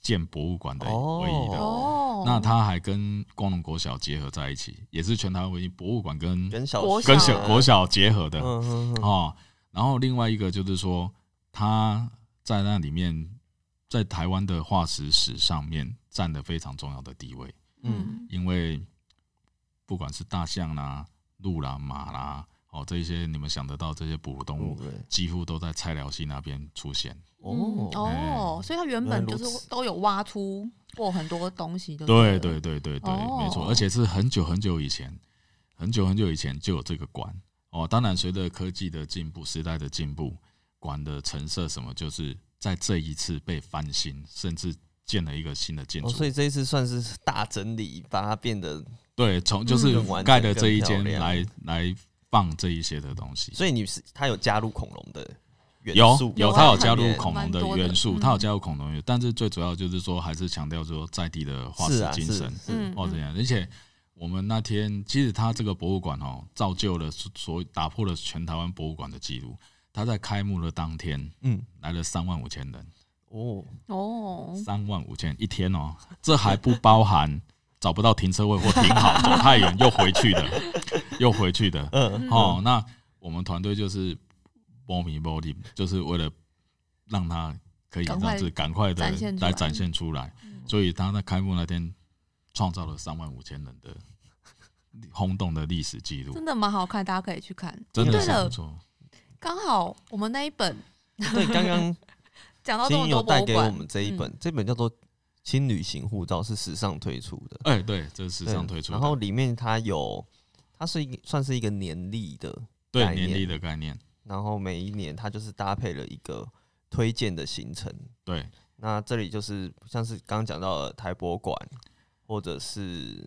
S3: 建博物馆的
S1: 哦
S3: 唯一的。
S2: 哦，
S3: 那它还跟光荣国小结合在一起，也是全台湾唯一博物馆跟
S1: 跟小
S2: 国
S3: 跟
S2: 小
S3: 小国小结合的。
S1: 嗯嗯嗯
S3: 哦，然后另外一个就是说，他在那里面，在台湾的化石史上面占了非常重要的地位，
S1: 嗯
S2: 嗯
S3: 因为不管是大象啦、鹿啦、马啦，哦，这些你们想得到这些哺乳动
S1: 嗯
S3: 物，
S1: 对
S3: 几乎都在菜寮溪那边出现。
S2: 嗯
S1: 哦
S3: 哎
S2: 哦，所以它原本就
S1: 原来如
S2: 是
S1: 此
S2: 都有挖出过很多东西的。
S3: 对对对对对，
S2: 嗯哦
S3: 没错，而且是很久很久以前，很久很久以前就有这个馆哦。当然，随着科技的进步、时代的进步，馆的陈设什么，就是在这一次被翻新，甚至建了一个新的建
S1: 哦，
S3: 筑。
S1: 所以这一次算是大整理，把它变得。
S3: 对，从就
S2: 嗯
S3: 是
S1: 更完整
S3: 盖的这一
S1: 更
S3: 间
S1: 漂亮
S3: 来来放这一些的东西。
S1: 所以你是它有加入恐龙的元
S3: 有
S1: 素，
S3: 有，
S2: 有
S3: 它
S2: 啊
S3: 有加
S1: 很
S3: 入
S1: 远
S3: 恐龙
S2: 蛮
S3: 的
S2: 多的
S3: 元素，
S2: 嗯
S3: 它有加入恐龙元素，但是最主要就是说，还是强调说在地的化
S1: 是
S3: 石
S1: 啊
S3: 精
S1: 是
S3: 神。
S1: 是
S2: 嗯，
S3: 哦，这样，而且我们那天其实他这个博物馆哦，造就了所所打破了全台湾博物馆的记录。他在开幕的当天
S1: 嗯
S3: 来了三万五千人，
S1: 哦，
S2: 哦，
S3: 三万五千一天哦，这还不包含找不到停车位或停 好走太远又回去的，又回去的
S1: 嗯
S3: 哦。那我们团队就是波米波利，就是为了让他可以
S2: 赶
S3: 这
S2: 快
S3: 样子赶快的
S2: 展现出
S3: 来
S2: 来嗯
S3: 展现出来，所以他在开幕那天创造了三万五千人的轰动的历史记录
S2: 真，的蛮好看，大家可以去看。
S3: 真的
S2: 对
S3: 是不
S2: 了，
S3: 错。
S2: 刚好我们那一本
S1: 对，刚 刚
S2: 讲到这
S1: 青
S2: 么
S1: 云
S2: 多
S1: 有
S2: 博
S1: 带
S2: 物
S1: 给我
S2: 馆，嗯
S1: 们这一本，这本叫做《轻旅行护照》，是时尚推出的，
S3: 哎，对，这是时
S1: 对
S3: 尚推出的，
S1: 然后里面它有，它是一个算是一个年历的，
S3: 对
S1: 概念
S3: 年历的概念，
S1: 然后每一年它就是搭配了一个推荐的行程。
S3: 对
S1: 那这里就是像是刚刚讲到的台博馆，或者是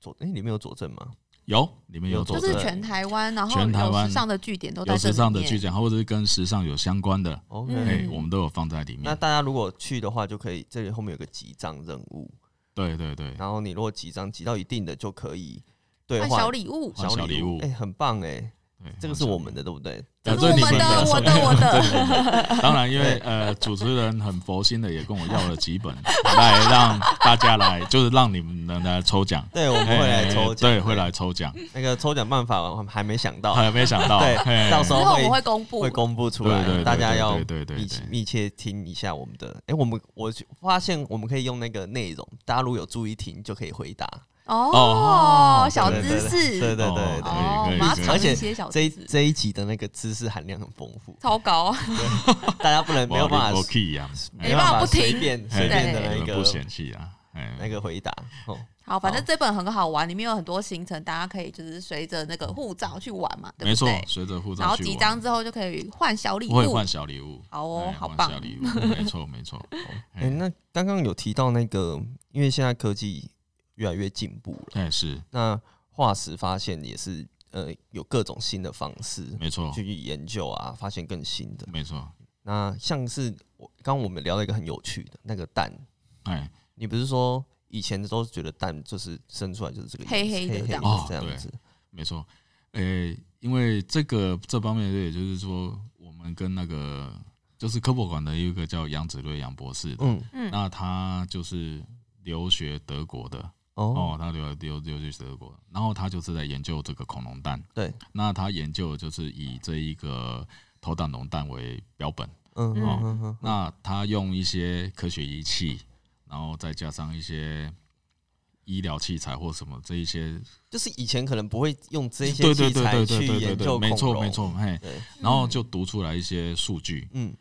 S1: 佐，哎、里面有佐证吗？
S3: 有里面有
S1: 有
S3: 佐
S2: 就
S1: 做
S2: 是
S1: 这
S3: 证，
S2: 全台湾，然后
S3: 全台
S2: 有
S3: 湾
S2: 时尚的据点都在
S3: 有
S2: 这
S3: 时
S2: 里
S3: 尚的
S2: 面
S3: 剧展，或者是跟时尚有相关的，
S1: OK，、
S2: 嗯
S3: 哎，我们都有放在里
S1: 那
S3: 面。
S1: 大家如果去的话，就可以这里后面有个集章任务，
S3: 对对对，
S1: 然后你如果集章集到一定的，就可以兑
S2: 换
S1: 换
S2: 小礼物，
S3: 换小礼物
S1: 哎、很棒哎、
S3: 对
S1: 这个是我们的对不对？
S3: 啊
S2: 这
S3: 这
S2: 是我
S3: 你
S2: 们的，我的，我的。
S3: 当然，因为呃，主持人很佛心的，也跟我要了几本， 来让大家来，就是让你们能来抽奖，
S1: 对，我 们会来抽奖，
S3: 哎对，会来抽奖，
S1: 那个抽奖办法，我还没想到，
S3: 还没想到，
S1: 对
S3: 嘿
S1: 到时
S2: 之
S1: 候
S2: 后我们会公布，
S1: 会公布出来，
S3: 对对对
S1: 大家要
S3: 对对对对
S1: 密
S3: 对
S1: 密切听一下我们的。哎、我们我发现我们可以用那个内容，大家如果有注意听就可以回答。
S2: 哦
S3: 哦，
S2: 小知识，
S1: 对对对对
S3: 哦
S1: 对，
S2: 哦，
S3: 可以可
S2: 我们
S3: 以
S2: 要
S3: 可以
S2: 藏
S1: 而且
S2: 一些小
S1: 这一
S2: 知识，
S1: 这一集的那个知识含量很丰富，
S2: 超高，
S1: 大家不能没有办
S3: 我
S1: 法
S3: key 啊，
S1: 没
S2: 有办法不听
S1: 随便随便的那
S3: 你们不
S1: 个
S3: 嫌弃啊，
S1: 那
S3: 哎，
S1: 个回答。哦，
S2: 好，反正这本很好玩，里面有很多行程，大家可以就是随着那个护照去玩嘛，对
S3: 没
S2: 不
S3: 错
S2: 对，？
S3: 随着护
S2: 然
S3: 照
S2: 后
S3: 去
S2: 几
S3: 玩，
S2: 张之后就可以换小礼
S3: 会
S2: 物，
S3: 换小礼物，
S2: 好哦
S3: 哎，
S2: 好
S3: 换
S2: 棒
S3: 小，礼物，没错没 错，
S1: 哎、那刚刚有提到那个，因为现在科技越来越进步了，
S3: 哎是
S1: 那化石发现也是呃有各种新的方式
S3: 没错
S1: 去研究啊，发现更新的。
S3: 没错，
S1: 那像是我刚刚我们聊到一个很有趣的那个蛋，
S3: 哎
S1: 你不是说以前都觉得蛋就是生出来就是这个
S2: 黑黑的
S1: 黑黑
S2: 这样
S3: 子
S1: 这样子，
S3: 没错，诶，因为这个这方面，也就是说，我们跟那个就是科博馆的一个叫杨子睿杨博士的
S1: 嗯
S2: 嗯，
S3: 那他就是留学德国的，
S1: 哦
S3: 哦，他留留留去德国，然后他就是在研究这个恐龙蛋。
S1: 对，
S3: 那他研究的就是以这一个头蛋龙蛋为标本，
S1: 嗯嗯嗯嗯，
S3: 那他用一些科学仪器，然后再加上一些医疗器材或什么这一些，
S1: 就是以前可能不会用这
S3: 对
S1: 些
S3: 对
S1: 器
S3: 对
S1: 材
S3: 对对
S1: 去
S3: 对对
S1: 研究
S3: 对，
S1: 恐
S3: 没错
S1: 龙
S3: 没，错，嘿，
S1: 对，
S2: 嗯
S3: 然后就读出来一些数据，
S1: 嗯，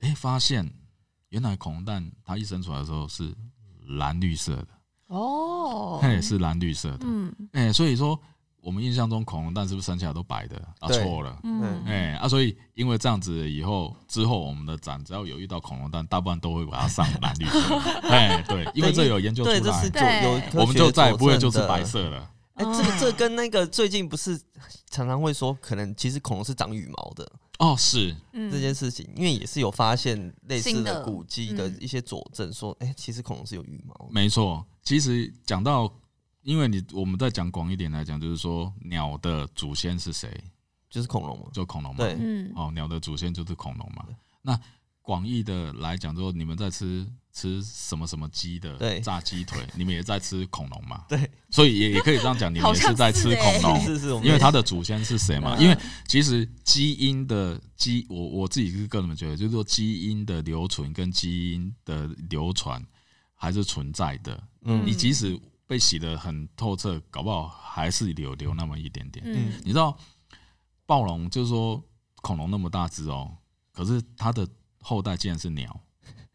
S3: 哎，发现原来恐龙蛋它一生出来的时候是蓝绿色的，
S2: 哦，
S3: 嘿，是蓝绿色的，
S2: 嗯
S3: 哎、所以说我们印象中恐龙蛋是不是生下来都白的啊？
S1: 对
S3: 错了，
S2: 嗯，
S3: 哎、啊，所以因为这样子以后之后我们的展只要有遇到恐龙蛋，大部分都会把它上蓝绿 色，哎、对，因为这有研究出
S1: 对，这是
S3: 来，
S1: 做有科
S2: 对
S1: 学
S3: 我们就再也不会
S1: 佐
S3: 就
S1: 证
S3: 是
S1: 的
S3: 白。色了。
S1: 哎，这个这跟那个最近不是常常会说，可能其实恐龙是长羽毛的
S3: 哦，是，
S2: 嗯
S1: 这件事情，因为也是有发现类似
S2: 新
S1: 的
S2: 的
S1: 古迹的
S2: 嗯
S1: 一些佐证，说哎，其实恐龙是有羽毛的。
S3: 没错。其实讲到，因为你我们再讲广一点来讲，就是说鸟的祖先是谁？
S1: 就是恐龙嘛。
S3: 就恐龙嘛。
S1: 对，
S2: 嗯
S3: 哦，鸟的祖先就是恐龙嘛。那广义的来讲，说你们在吃吃什么什么鸡的
S1: 对
S3: 炸鸡腿， 你们也在吃恐龙嘛？
S1: 对，
S3: 所以也也可以这 样讲，你们也是在吃恐
S2: 好
S3: 龙
S2: 像，
S1: 是欸是，我们
S3: 哦因为它的祖先是谁嘛？
S1: 嗯
S3: 因为其实基因的基，我我自己是个人觉得，就是说基因的留存跟基因的流传还是存在的。
S1: 嗯
S3: 你即使被洗得很透彻，搞不好还是有留那么一点点。
S2: 嗯
S3: 你知道暴龙就是说恐龙那么大只哦，可是它的后代竟然是鸟，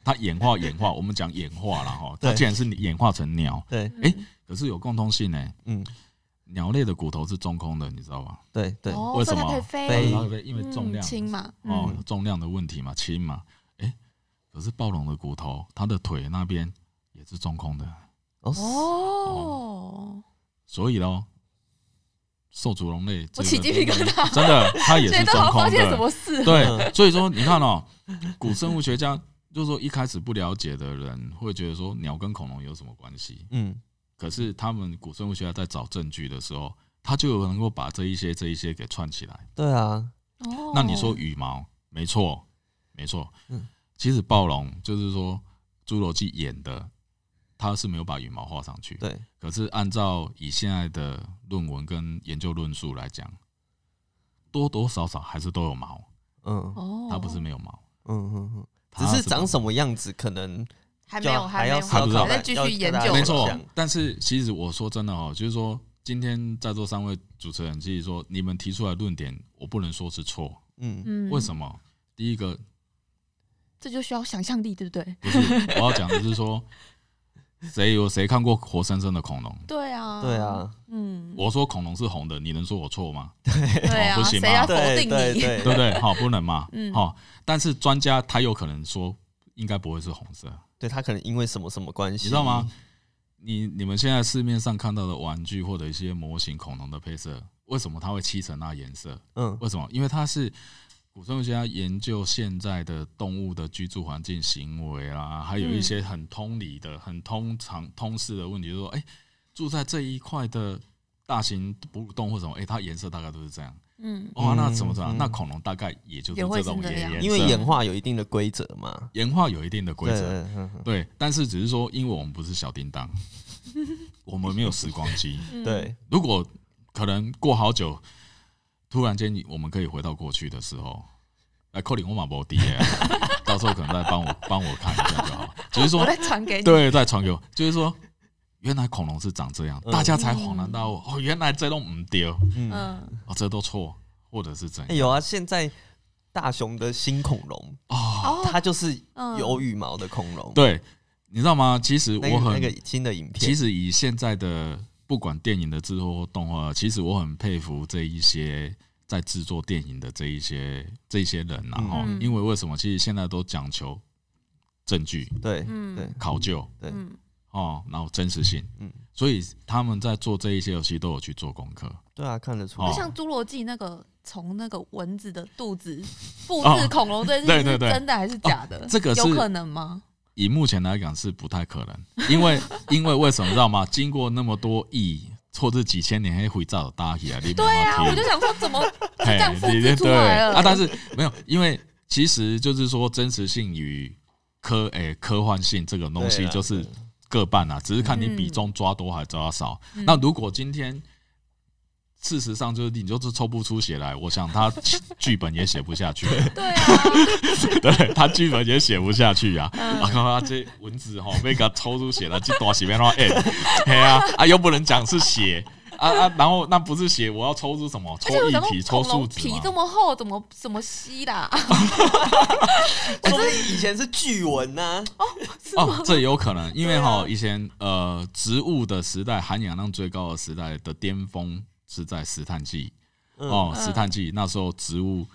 S3: 它演化演 化，我们讲演化了哈，它
S1: 对
S3: 竟然是演化成鸟，
S1: 对，
S3: 哎可是有共通性呢、
S1: 嗯，
S3: 鸟类的骨头是中空的，你知道吧？
S1: 对对，
S2: 哦
S3: 为
S2: 所以它
S3: 什么
S2: 可以
S1: 飞
S2: 飞？
S3: 然后因为重
S2: 嗯
S3: 量
S2: 轻嘛，
S3: 哦
S2: 嗯，
S3: 重量的问题嘛，轻嘛，哎、可是暴龙的骨头，它的腿那边也是中空的，
S2: 嗯
S1: 哦，
S2: 哦，
S3: 所以咯，兽足龙类这
S2: 我
S3: 个
S2: 起鸡皮疙瘩，
S3: 真的，它也
S2: 所以
S3: 是
S2: 都
S3: 中
S2: 好
S3: 空
S2: 发现
S3: 的
S2: 什。么事？
S3: 对，所以说你看哦，古生物学家就是说一开始不了解的人会觉得说鸟跟恐龙有什么关系，
S1: 嗯，
S3: 可是他们古生物学家在找证据的时候，他就有能够把这一些这一些给串起来。
S1: 对啊，
S2: 哦
S3: 那你说羽毛，没错，没错
S1: 嗯，
S3: 其实暴龙就是说侏罗纪演的，它是没有把羽毛画上去，
S1: 对，
S3: 可是按照以现在的论文跟研究论述来讲，多多少少还是都有毛，
S1: 嗯
S2: 哦，
S3: 它不是没有毛。
S1: 嗯嗯嗯，
S3: 它
S1: 只是
S3: 没有
S1: 长什么样子，可能
S2: 还没
S1: 就
S2: 有，
S1: 要
S2: 还没
S1: 要
S2: 有，
S1: 思考
S3: 还不知道
S2: 再继续研
S1: 要
S2: 究，
S1: 看大
S3: 没
S1: 家
S3: 错
S1: 想，
S3: 但是其实我说真的哦，就是说今天在座三位主持人，其实说你们提出来的论点，我不能说是错。
S1: 嗯，
S2: 嗯
S3: 为什？么？第一个
S2: 这就需要想象力，对不对？
S3: 不是我要讲的是说， 谁有谁看过活生生的恐龙？
S2: 对啊，
S1: 对，啊，
S2: 嗯，
S3: 我说恐龙是红的，你能说我错吗？
S2: 对啊，
S3: 不行吗
S2: 谁要否
S1: 对
S2: 定
S1: 对
S2: 你？
S1: 对
S3: 对不对？好，不能 嘛。
S2: 嗯
S3: 好，但是专家他有可能说，应该不会是红色，
S1: 对，他可能因为什么什么关
S3: 你
S1: 系，
S3: 知道吗？？你你们现在市面上看到的玩具或者一些模型恐龙的配色，为什么它会漆成那颜色？
S1: 嗯
S3: 为什么？因为它是古生物学家研究现在的动物的居住环境行为啊，还有一些很通
S2: 嗯
S3: 理的、很通常通识的问题，就是说，哎、住在这一块的大型哺乳动物或什么，哎、它颜色大概都是这样。
S2: 嗯，
S3: 哦，
S1: 嗯
S3: 那怎么怎么样？
S1: 嗯
S3: 那恐龙大概也就是
S2: 也会
S3: 这
S2: 是
S3: 种
S2: 这
S3: 颜
S2: 样
S3: 颜色，
S1: 因为演化有一定的规则嘛，
S3: 演化有一定的规
S1: 对
S3: 则，，
S1: 嗯嗯
S3: 对。但是只是说，因为我们不是小 叮当，我们没有时光机。
S1: 嗯，
S2: 嗯
S1: 对，
S3: 如果可能过好久，突然间我们可以回到过去的时候，来扣零我马博迪耶， 到时候可能再帮我 帮我看一下就好。只是
S2: 我
S3: 说，
S2: 再传给你。
S3: 对，再传给我，就是说，原来恐龙是长这样，
S1: 嗯
S3: 大家才恍然大悟，哦，原来这都唔丢，
S1: 嗯，
S2: 嗯，
S3: 哦，这都错，或者是怎
S1: 哎
S3: 样
S1: 有啊，现在大雄的新恐龙，
S3: 哦，
S2: 哦，
S1: 它就是
S2: 嗯
S1: 有羽毛的恐龙，
S3: 对，你知道吗？其实
S1: 那个，
S3: 我很
S1: 那个新的影
S3: 其
S1: 片，
S3: 实以现在的不管电影的制作或动画，其实我很佩服这一些在制作电影的这一些这一些人然、啊、后、
S2: 嗯
S3: 因为为什么？其实现在都讲求证据
S1: 对
S2: 嗯
S1: 对，
S3: 考究
S1: 对
S2: 嗯
S3: 哦，然后真实性，
S1: 嗯
S3: 所以他们在做这一些游戏都有去做功课。
S1: 对啊，看得出
S3: 哦
S2: 就
S1: 来，
S2: 像侏罗纪那个从那个蚊子的肚子复
S3: 哦
S2: 制恐龙这
S3: 对
S2: 件事
S3: 对
S2: 是
S3: 对
S2: 真的还是假的
S3: 哦？这个是
S2: 有可能吗？
S3: 以目前来讲是不太可能，因为 因为为什么知道吗？经过那么多亿或者几千年黑回照的搭起来，你没有
S2: 对啊，
S3: 听
S2: 我就想说 怎么
S3: 嘿
S2: 这样复制
S3: 你就
S2: 出来了
S3: 对啊，但是没有，因为其实就是说真实性与科诶、科幻性这个东西，
S1: 对啊
S3: 就是各半啊，只是看你比
S2: 嗯
S3: 重抓多还抓少。
S2: 嗯
S3: 那如果今天事实上就是你就是抽不出血来，我想他剧本也写不下 去，
S2: 对啊，
S3: 对他剧本也写不下去啊。
S2: 嗯
S3: 啊，他这蚊子吼被给他抽出血了，这多血变乱哎，嘿啊啊，又不能讲是血啊啊，然后那不是血，我要抽出什么？
S2: 而
S3: 抽
S2: 且我
S3: 液
S2: 想说
S3: 体、抽
S2: 恐
S3: 树
S2: 龙
S3: 脂
S2: 皮
S3: 嘛
S2: 这么厚，怎么怎么吸啦？哦
S1: 我说啊哎以前是巨蚊呐、 啊
S3: 哦，这也有可能，因为哈、以前呃植物的时代含氧量最高的时代的巅峰是在石炭纪、
S1: 嗯
S3: 哦，
S2: 嗯
S3: 石炭纪那时候植物，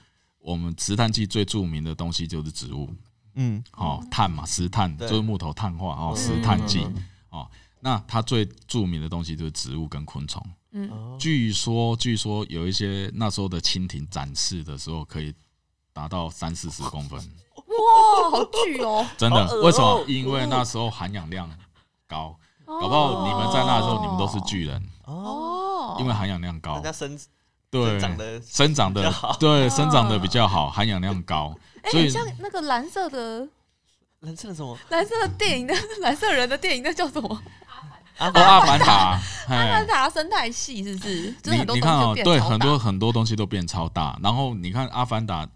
S3: 我们石炭纪最著名的东西就是植物，
S1: 嗯，
S3: 哦，炭嘛，石炭
S1: 对
S3: 就是木头碳化哦，
S1: 嗯
S3: 石炭纪、
S1: 嗯
S3: 哦，那它最著名的东西就是植物跟昆虫。
S2: 嗯，
S1: 哦
S3: 据说，据说有一些那时候的蜻蜓展示的时候可以达到三四十公分，
S2: 哇，好巨哦！
S3: 真
S1: 好
S3: 的？
S1: 恶哦
S3: 为什么？因为那时候含氧量高。 搞
S2: 搞
S3: 不好你们在那的时候，你们都是巨人，
S1: 哦，
S2: 哦，
S3: 因为含氧量
S1: 人
S3: 高
S1: 家，生
S3: 对，
S1: 长得
S3: 生长
S1: 比较
S3: 的
S1: 好
S3: 对生长的比较好，含氧量高，
S2: 哎
S3: 所以
S2: 像那个蓝色的
S1: 人生了什么？
S2: 蓝色的电影的蓝色人的电影，那叫什么？
S1: 阿
S3: 哦，阿凡达，
S2: 它
S3: 嘿
S2: 是，它生态系是不是？就是
S3: 哎你
S2: 很多
S3: 你看
S2: 东
S3: 哦
S2: 西，变
S3: 对，
S2: 超大
S3: 很多很多东西都变超大，然后你看阿凡达，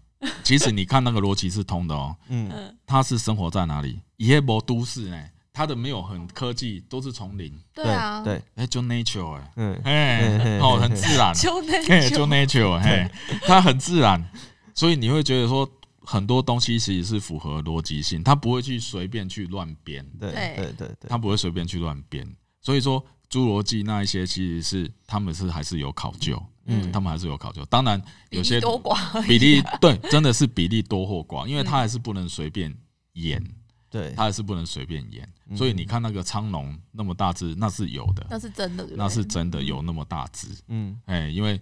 S3: 其实你看那个逻辑是通的哦，
S1: 嗯，
S2: 嗯，
S3: 它是生活在哪里？耶博都市呢，它的没有很科技，都是丛林，
S2: 对啊，，
S1: 对，
S3: 哎，就 nature 哎，
S1: 嗯，嘿嘿
S3: 哎，哦，很自然，
S2: 就
S3: 嘿，
S2: 那
S3: 哎就 nature，嘿，它很自然，所以你会觉得说很多东西其实是符合逻辑性，它不会去随便去乱编，
S1: 对
S2: 对
S1: 对对对，
S3: 它不会随便去乱编。所以说侏罗纪那一些其实是他们是还是有考究，
S2: 嗯
S3: 他们还是有考究。当然
S2: 比
S3: 有
S2: 例
S3: 些
S2: 多寡而已，
S3: 比 例对，真的是比例多或寡，因为它还是不能随便演，
S1: 对，
S3: 它还是不能随便演。
S1: 嗯
S3: 所以你看那个苍龙那么大只，那是有的，
S2: 那是真的，对不对
S3: 那是真的有那么大只。
S1: 嗯
S3: 哎、因为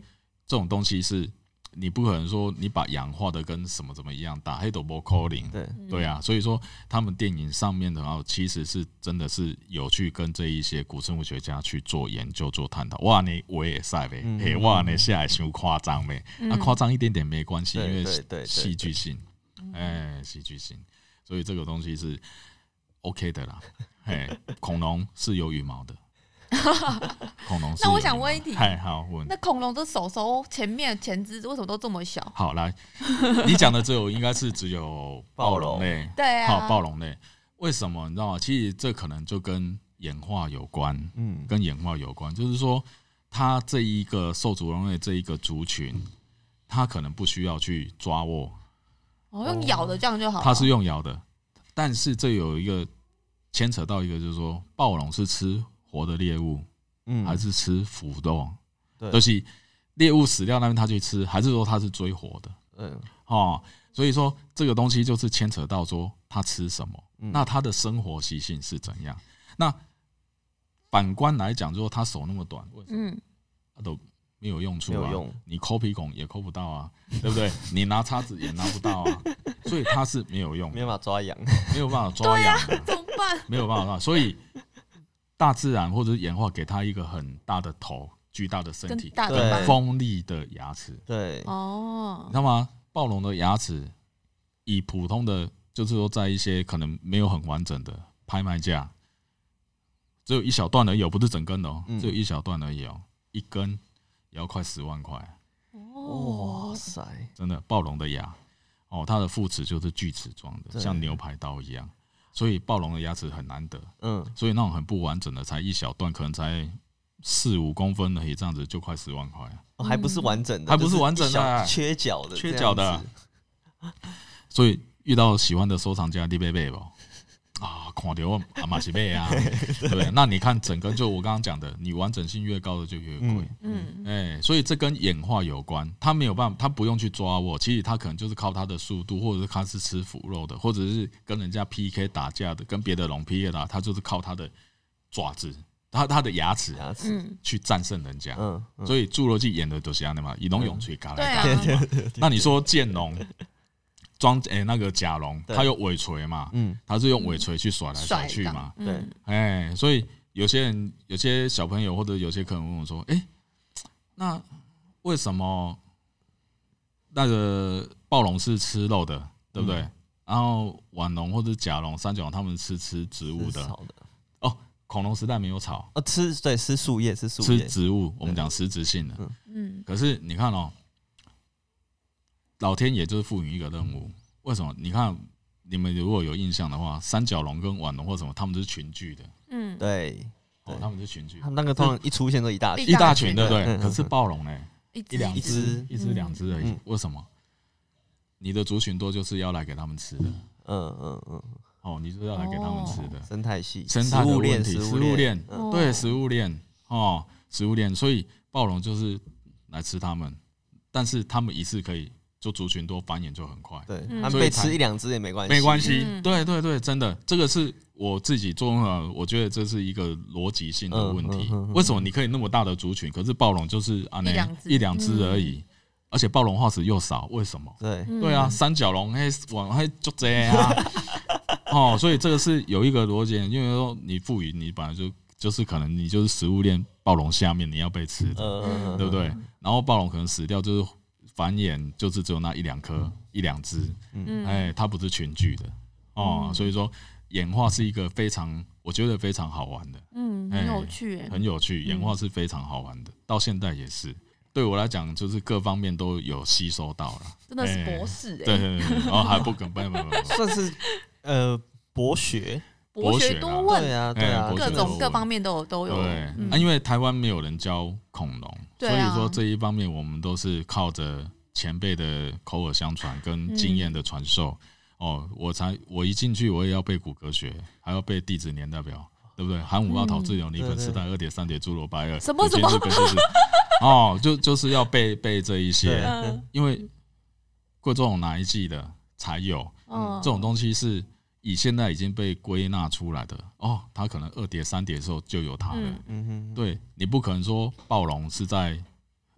S3: 这种东西是你不可能说你把氧化的跟什么什么一样大，黑豆波 calling，
S1: 对，
S2: 嗯
S3: 对，啊，所以说他们电影上面的话，其实是真的是有去跟这一些古生物学家去做研究、做探讨。哇，你我也晒呗
S1: 嗯，
S3: 嘿，哇，你下来太夸张呗，
S2: 嗯
S3: 啊，夸张一点点没关系，
S1: 对
S3: 因为
S1: 对对对嗯
S3: 戏剧性，哎，戏剧性，所以这个东西是 OK 的啦。嘿，恐龙是有羽毛 的，恐龙是有羽毛的。
S2: 那我想问一题
S3: 嗨，好问。
S2: 那恐龙的手手前面前肢为什么都这么小？
S3: 好，来，你讲的只有应该是只有暴龙类，
S2: 对啊，
S3: 好暴龙类，为什么你知道吗？其实这可能就跟演化有关，
S1: 嗯
S3: 跟演化有关，就是说它这一个受主龙类这一个族群，它可能不需要去抓握，
S2: 哦，用咬的这样就好了。
S3: 它是用咬的，但是这有一个牵扯到一个，就是说暴龙是吃活的猎物，
S1: 嗯，
S3: 还是吃腐肉？
S1: 对
S3: 就是猎物死掉那边它去吃，还是说它是追活的？
S1: 嗯
S3: 哦，所以说这个东西就是牵扯到说他吃什么，
S1: 嗯
S3: 那他的生活习性是怎样。那反观来讲，就是他手那么短，为什么
S2: 嗯，
S3: 他都没有用处
S1: 没
S3: 啊？
S1: 有用，
S3: 你抠鼻孔也抠不到啊，对不对？你拿叉子也拿不到啊，所以他是没有用
S1: 没
S3: 的，
S1: 有办法抓痒，
S3: 没有办法抓痒的，
S2: 怎么办？
S3: 没有办法抓。所以大自然或者是演化给他一个很大的头、巨大的 身
S2: 跟
S3: 体、
S2: 大
S1: 对
S2: 的吧
S3: 锋利的牙齿，
S1: 对，
S2: 哦
S3: 你知，道吗？暴龙的牙齿，以普通的，就是说在一些可能没有很完整的拍卖价，只有一小段而已哦，不是整根的哦，
S1: 嗯
S3: 只有一小段而已哦，一根也要快十万块，
S1: 哇
S2: 哦，
S1: 塞，
S3: 真的。暴龙的牙，哦，它的副齿就是锯齿状的，
S1: 对
S3: 像牛排刀一样，所以暴龙的牙齿很难得，
S1: 嗯
S3: 所以那种很不完整的，才一小段，可能才四五公分而已，这样子就快十万块。
S1: 哦还不是完整的，
S3: 还不是完整的
S1: 就是一小缺角的，
S3: 缺角的
S1: 这样子，
S3: 所以遇到喜欢的收藏家，你贝贝不？啊，看到我阿玛西 贝啊，对，那你看整个就我刚刚讲的，你完整性越高的就越贵，哎、
S1: 嗯
S2: 嗯，
S3: 所以这跟演化有关，他没有办法，他不用去抓我，其实他可能就是靠他的速度，或者是他是吃腐肉的，或者是跟人家 PK 打架的，跟别的龙 PK 打，他就是靠他的爪子，他他的牙齿
S1: 牙齿，
S2: 嗯，
S3: 去战胜人家，
S1: 嗯，嗯
S3: 所以侏罗纪演的都是这样的嘛，以龙永垂嘎
S2: 对
S3: 来
S2: 啊
S3: 嘎， 那你说剑龙装诶、那个甲龙，
S1: 对
S3: 它有尾锤嘛？
S1: 嗯
S3: 它是用尾锤去甩来甩去
S2: 的
S3: 嘛？，
S2: 嗯
S3: 哎、所以有些人、有些小朋友或者有些客人问我说：“哎、那为什么那个暴龙是吃肉的，对不对？
S1: 嗯
S3: 然后腕龙或者甲龙、三角龙他们是吃植物
S1: 是
S3: 的？
S1: 草的，
S3: 恐龙时代没有草，
S1: 哦，吃对吃树叶，吃树
S3: 吃
S1: 叶，
S3: 植物，我们讲实质性的。
S2: 嗯，
S3: 可是你看哦，老天爷就是赋予一个任务，为什么？你看你们如果有印象的话，三角龙跟腕龙或什么，他们都是群聚的，
S2: 嗯，
S1: 对，
S3: 哦
S1: 对，
S3: 他们是群聚
S1: 他，们那个通常一出现都一大群，
S2: 一
S1: 嗯
S3: 一大群，对
S2: 大
S3: 不对？
S1: 群
S3: 可是暴龙呢，
S2: 一只
S3: 一两
S1: 一
S3: 只
S1: 只，
S3: 一只
S2: 嗯
S3: 两只而已
S1: 嗯，
S3: 为什么？你的族群多就是要来给他们吃的，
S1: 嗯嗯嗯，
S3: 哦，你就是要来给他们吃的。
S1: 生态系，
S3: 生
S1: 食
S3: 态的
S1: 物
S3: 问
S1: 链，
S3: 题
S1: 哦食
S3: 食物链
S1: 嗯
S2: 哦
S3: 对，食物链哦，食物链，所以暴龙就是来吃它们，但是它们一次可以就族群多繁衍就很快，
S1: 对，
S2: 嗯
S1: 他们
S3: 所以
S1: 被
S3: 才
S1: 吃一两只也没关系，
S3: 没关系。
S2: 嗯
S3: 对对对，真的，这个是我自己综合，我觉得这是一个逻辑性的问
S1: 嗯
S3: 题
S1: 嗯嗯。嗯
S3: 为什么你可以那么大的族群，可是暴龙就是啊那
S2: 一两只
S3: 一两只而已，而且暴龙化石又少，为什么？
S1: 对，
S2: 嗯
S3: 对啊，，三角龙嘿，往嘿就这样啊。 哦，所以这个是有一个逻辑，因为说你赋予你本来就就是可能你就是食物链暴龙下面你要被吃的，
S1: 嗯，
S3: 对不对？然后暴龙可能死掉就是繁衍，就是只有那一两颗一两只，
S2: 嗯，
S3: 哎，它不是群聚的哦，所以说演化是一个非常我觉得非常好玩的，
S2: 嗯，很
S3: 哎
S2: 有趣耶，
S3: 很有
S2: 嗯
S3: 趣，演化是非常好玩的，到现在也是。对我来讲，就是各方面都有吸收到了。
S2: 真的是
S3: 哎
S2: 博士
S3: 对
S2: 哎，
S3: 对对，对哦，还不肯，不不不不，
S1: 算是呃博学，
S2: 博
S3: 博学
S2: 学
S3: 啊
S2: 多
S1: 对
S2: 问，
S1: 啊
S3: 哎
S1: 对啊，
S3: 博
S2: 各
S3: 学
S1: 真的
S3: 多
S2: 种
S1: 是
S3: 问
S2: 各方面都有都有，
S3: 对，
S2: 嗯
S3: 啊，因为台湾没有人教恐龙，
S2: 对
S3: 所
S2: 啊
S3: 以说这一方面我们都是靠着前辈的口耳相传
S2: 嗯
S3: 跟经验的传授。哦，我才我一进去，我也要背骨骼学，还要背地质年代表，对不对？含五奥陶自由泥粉
S1: 对对
S3: 时代二点三点侏罗白垩，
S2: 嗯什么
S3: 古
S2: 什么
S3: 今日本世纪哦，就就是要背背这一
S1: 对
S3: 些，
S2: 嗯
S3: 因为贵重哪一季的才有，
S2: 嗯，
S3: 这种东西是以现在已经被归纳出来的哦，它可能二叠三叠的时候就有它了。
S2: 嗯
S1: 嗯哼，
S3: 对你不可能说暴龙是在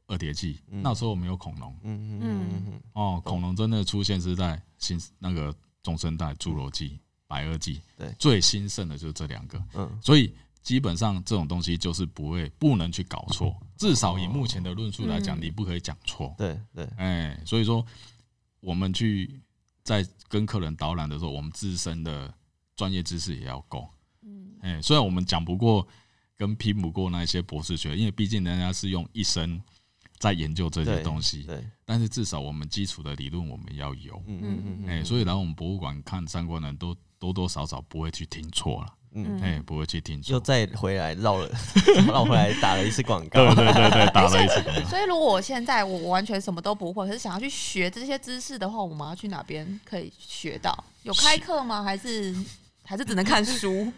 S3: 二叠纪，
S1: 嗯
S3: 那时候没有恐龙
S1: 嗯嗯
S2: 嗯
S1: 嗯嗯
S3: 哦，恐龙真的出现是在新那个中生代侏罗纪、白垩纪，
S1: 对
S3: 最兴盛的就是这两个，
S1: 嗯
S3: 所以基本上这种东西就是不会不能去搞
S1: 哦
S3: 错，至少以目前的论述来讲，
S2: 嗯
S3: 你不可以讲错。
S1: 对对，
S3: 哎，所以说我们去在跟客人导览的时候，我们自身的专业知识也要够。
S2: 嗯
S3: 哎，虽然我们讲不过跟拼不过那一些博士学，因为毕竟人家是用一生在研究这些
S1: 对
S3: 东西，
S1: 对，
S3: 但是至少我们基础的理论我们要有。
S1: 嗯嗯
S2: 嗯
S1: 嗯嗯，
S3: 哎，所以来我们博物馆看参观的人都多多少少不会去听错了，
S1: 嗯，
S3: 哎，不会去听错
S1: 又。再回来绕 了绕回来打了一次广告
S3: 对，对对对，打了一次广告。
S2: 所以如果我现在我完全什么都不会，可是想要去学这些知识的话，我们要去哪边可以学到？有开课吗？还是还是只能看书？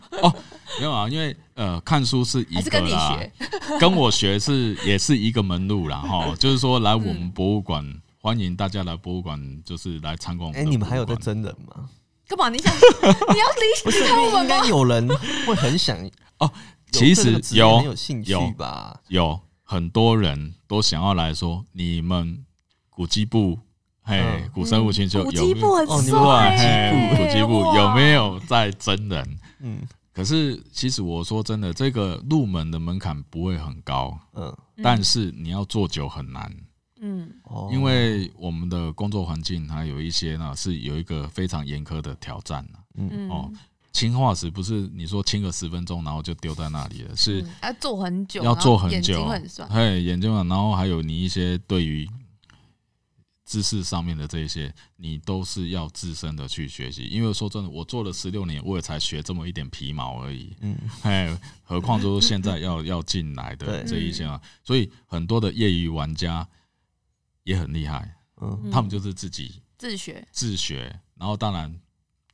S3: 没有啊，因为呃，看书是一
S2: 还是
S3: 个
S2: 跟你
S3: 啦，
S2: 学？
S3: 跟我学是也是一个门路 啦，哈，就是说来我们
S2: 嗯
S3: 博物馆，欢迎大家来博物馆，就是来参观我们
S1: 哎，你
S3: 的博物馆。
S1: 们还有在真人吗？
S2: 干嘛？你想你要
S1: 不
S2: 理
S1: 是，
S2: 你 看我
S1: 应
S2: 们吗
S1: 该？有人会很 想有
S3: 哦？
S1: 对
S3: 其
S1: 这个
S3: 实
S1: 职业很
S3: 有
S1: 有兴趣
S3: 有
S1: 吧？
S3: 有很多人都想要来说，你们古迹部，嘿，
S1: 嗯
S3: 古生物研究
S2: 古
S3: 有
S2: 迹
S3: 没
S2: 部
S3: 有？
S2: 很
S1: 哦你们
S2: 帅耶、
S3: 嘿，古迹部
S2: 哎哇
S3: 有没？有在真人？
S1: 嗯
S3: 可是其实我说真的，这个入门的门槛不会很高，
S1: 嗯，
S2: 嗯
S3: 但是你要做久很难。
S2: 嗯
S1: 哦
S3: 因为我们的工作环境还有一些呢，是有一个非常严苛的挑战呢。
S2: 嗯
S3: 哦，清化石不是你说清个十分钟，然后就丢在那里了，是
S2: 嗯要做很久，
S3: 要做
S2: 然
S3: 很
S2: 后眼
S3: 久，
S2: 睛会很酸。
S3: 嘿，眼睛很，然后还有你一些对于知识上面的这一些，你都是要自身的去学习。因为说真的，我做了十六年，我也才学这么一点皮毛而已。
S1: 嗯
S3: 哎，何况就是现 在要要进来的
S1: 对
S3: 这一些啊，所以很多的业余玩家也很厉害，
S1: 嗯
S2: 嗯
S3: 他们就是自己
S2: 自学，
S3: 自学，然后当然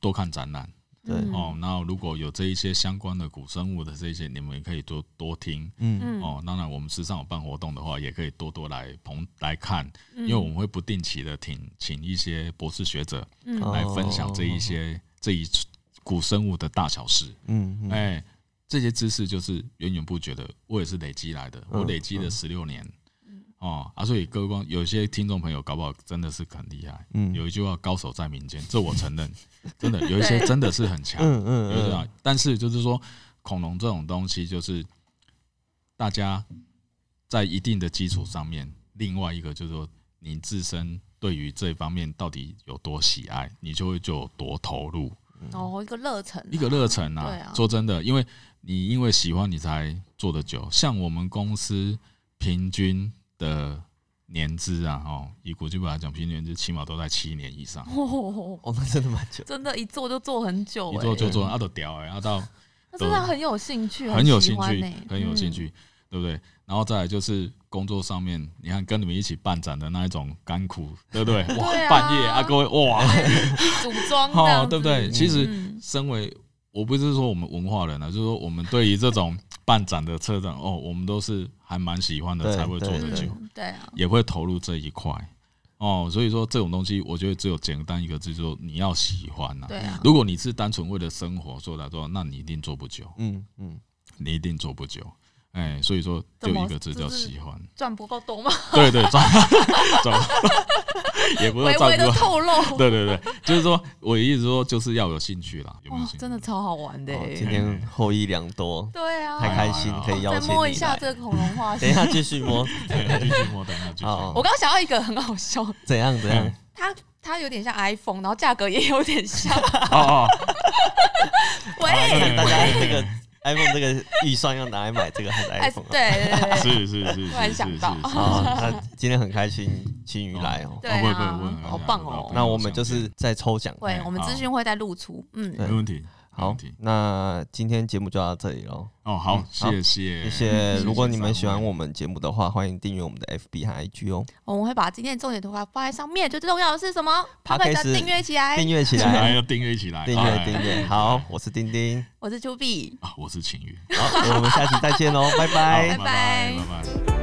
S3: 多看展览
S1: 对
S2: 嗯
S3: 哦。然后如果有这一些相关的古生物的这一些，你们也可以多多听
S1: 嗯
S2: 嗯，
S3: 哦。当然，我们时尚有办活动的话，也可以多多来捧来看，
S2: 因
S3: 因为我们会不定期的请请一些博士学者
S1: 哦
S2: 嗯
S3: 来分享这一些这一古生物的大小事。
S1: 嗯，嗯
S3: 哎，这些知识就是源源不绝的，我也是累积来的，
S1: 嗯
S3: 我累积了十六年。哦啊，所以各位光有些听众朋友搞不好真的是很厉害，
S1: 嗯
S3: 有一句话“高手在民间”，这我承认，真的有一些真的是很强，
S1: 嗯
S3: 有一些
S1: 嗯
S3: 啊
S1: 嗯，
S3: 但是就是说，恐龙这种东西，就是大家在一定的基础上面，另外一个就是说，你自身对于这方面到底有多喜爱，你就会就有多投入。
S2: 哦一个热忱啊，
S3: 一个热忱
S2: 对
S3: 啊
S2: 啊！
S3: 说真的，因为你因为喜欢你才做的久。像我们公司平均的年资啊，哦，以国际部来讲，平均年资起码都在七年以上，
S2: 哦，
S1: 哦，那真的蛮久。
S2: 真的，一做就做很久、欸，
S3: 一做就做，啊都屌哎，啊到
S2: 那真的很有兴趣，
S3: 很有兴
S2: 喜欢
S3: 趣
S2: 欸，
S3: 很有兴。趣，对不对？然后再来就是工作上面，你看跟你们一起办展的那一种甘苦，对 不对？哇，
S2: 对啊
S3: 半夜啊，各位 哇，
S2: 嗯组装这样
S3: 哦，
S2: 子
S3: 对不对？其实
S2: 嗯
S3: 身为我不是说我们文化人啊，就是说我们对于这种办展的策展哦，我们都是还蛮喜欢的，
S1: 对
S3: 才会做
S1: 对
S3: 的久，
S2: 嗯对啊，
S3: 也会投入这一块哦。所以说这种东西，我觉得只有简单一个字，就是说你要喜欢呐、
S2: 对啊，
S3: 如果你是单纯为了生活做来做，那你一定做不久，
S1: 嗯嗯，
S3: 你一定做不久。哎，所以说就一个字叫喜欢，
S2: 赚不够多吗？
S3: 对对，赚赚，也不
S2: 微
S3: 是赚
S2: 微的
S3: 不到，
S2: 透露，
S3: 对对对，就是说我意思说就是要有兴趣啦，有没有
S2: 哇
S3: 兴，趣？
S2: 哦真的超好玩的
S1: 哦
S2: 欸。
S1: 今天获益良多，
S2: 对啊，
S1: 太开心
S3: 哎呀
S1: 可以邀
S2: 再
S1: 请
S2: 摸一
S1: 你
S2: 下
S1: 来。
S2: 这个恐龙化
S1: 等一
S2: 石。
S1: 下继续 摸，
S3: 对， 要继续摸，啊等一下继续摸。
S1: 好
S2: 我刚刚想到一个很好笑，
S1: 怎样怎样？
S2: 它它有点像 iPhone，然后价格也有点 像。
S3: 哦哦，啊
S1: 大
S3: 嗯
S2: 喂，
S1: 家大家这个 iPhone 这个预算要拿来买这个还是
S2: 哎，
S1: iPhone？
S2: 对对对对，
S3: 是是是是
S2: 突然
S3: 是
S2: 想
S3: 是
S2: 到
S1: 啊，
S3: 是。
S1: 好那今天很开心，青鱼来哦。
S2: 对
S3: 不会不
S2: 啊
S3: 会不会，
S2: 好棒哦
S1: 那我们就是在抽奖。
S2: 会我们资讯会再露出。嗯，
S1: 对
S3: 没问题，没
S1: 好
S3: 问题。，
S1: 那今天节目就到这里喽。
S3: 哦，好
S1: 嗯，好
S3: 谢谢
S1: 谢谢。
S3: 嗯谢
S1: 如果你
S3: 三位
S1: 们喜欢我们节目的话，欢迎订阅我们的 FB 和 IG 哦，
S2: 我们会把今天的重点图画放在上面。最重要的是什么？把
S1: Podcast
S2: 大家订阅起
S3: 哎
S2: 来
S1: 订。阅起
S3: 起来
S1: 来，
S3: 要订阅起来，
S1: 订
S3: 哎
S1: 阅订阅。好，我是丁丁，哎
S2: 我是 Q B。
S3: 啊，我是晴雨，
S1: 好，我们下期再见喽，拜
S3: 好
S1: 拜
S2: 拜。
S3: 拜拜拜。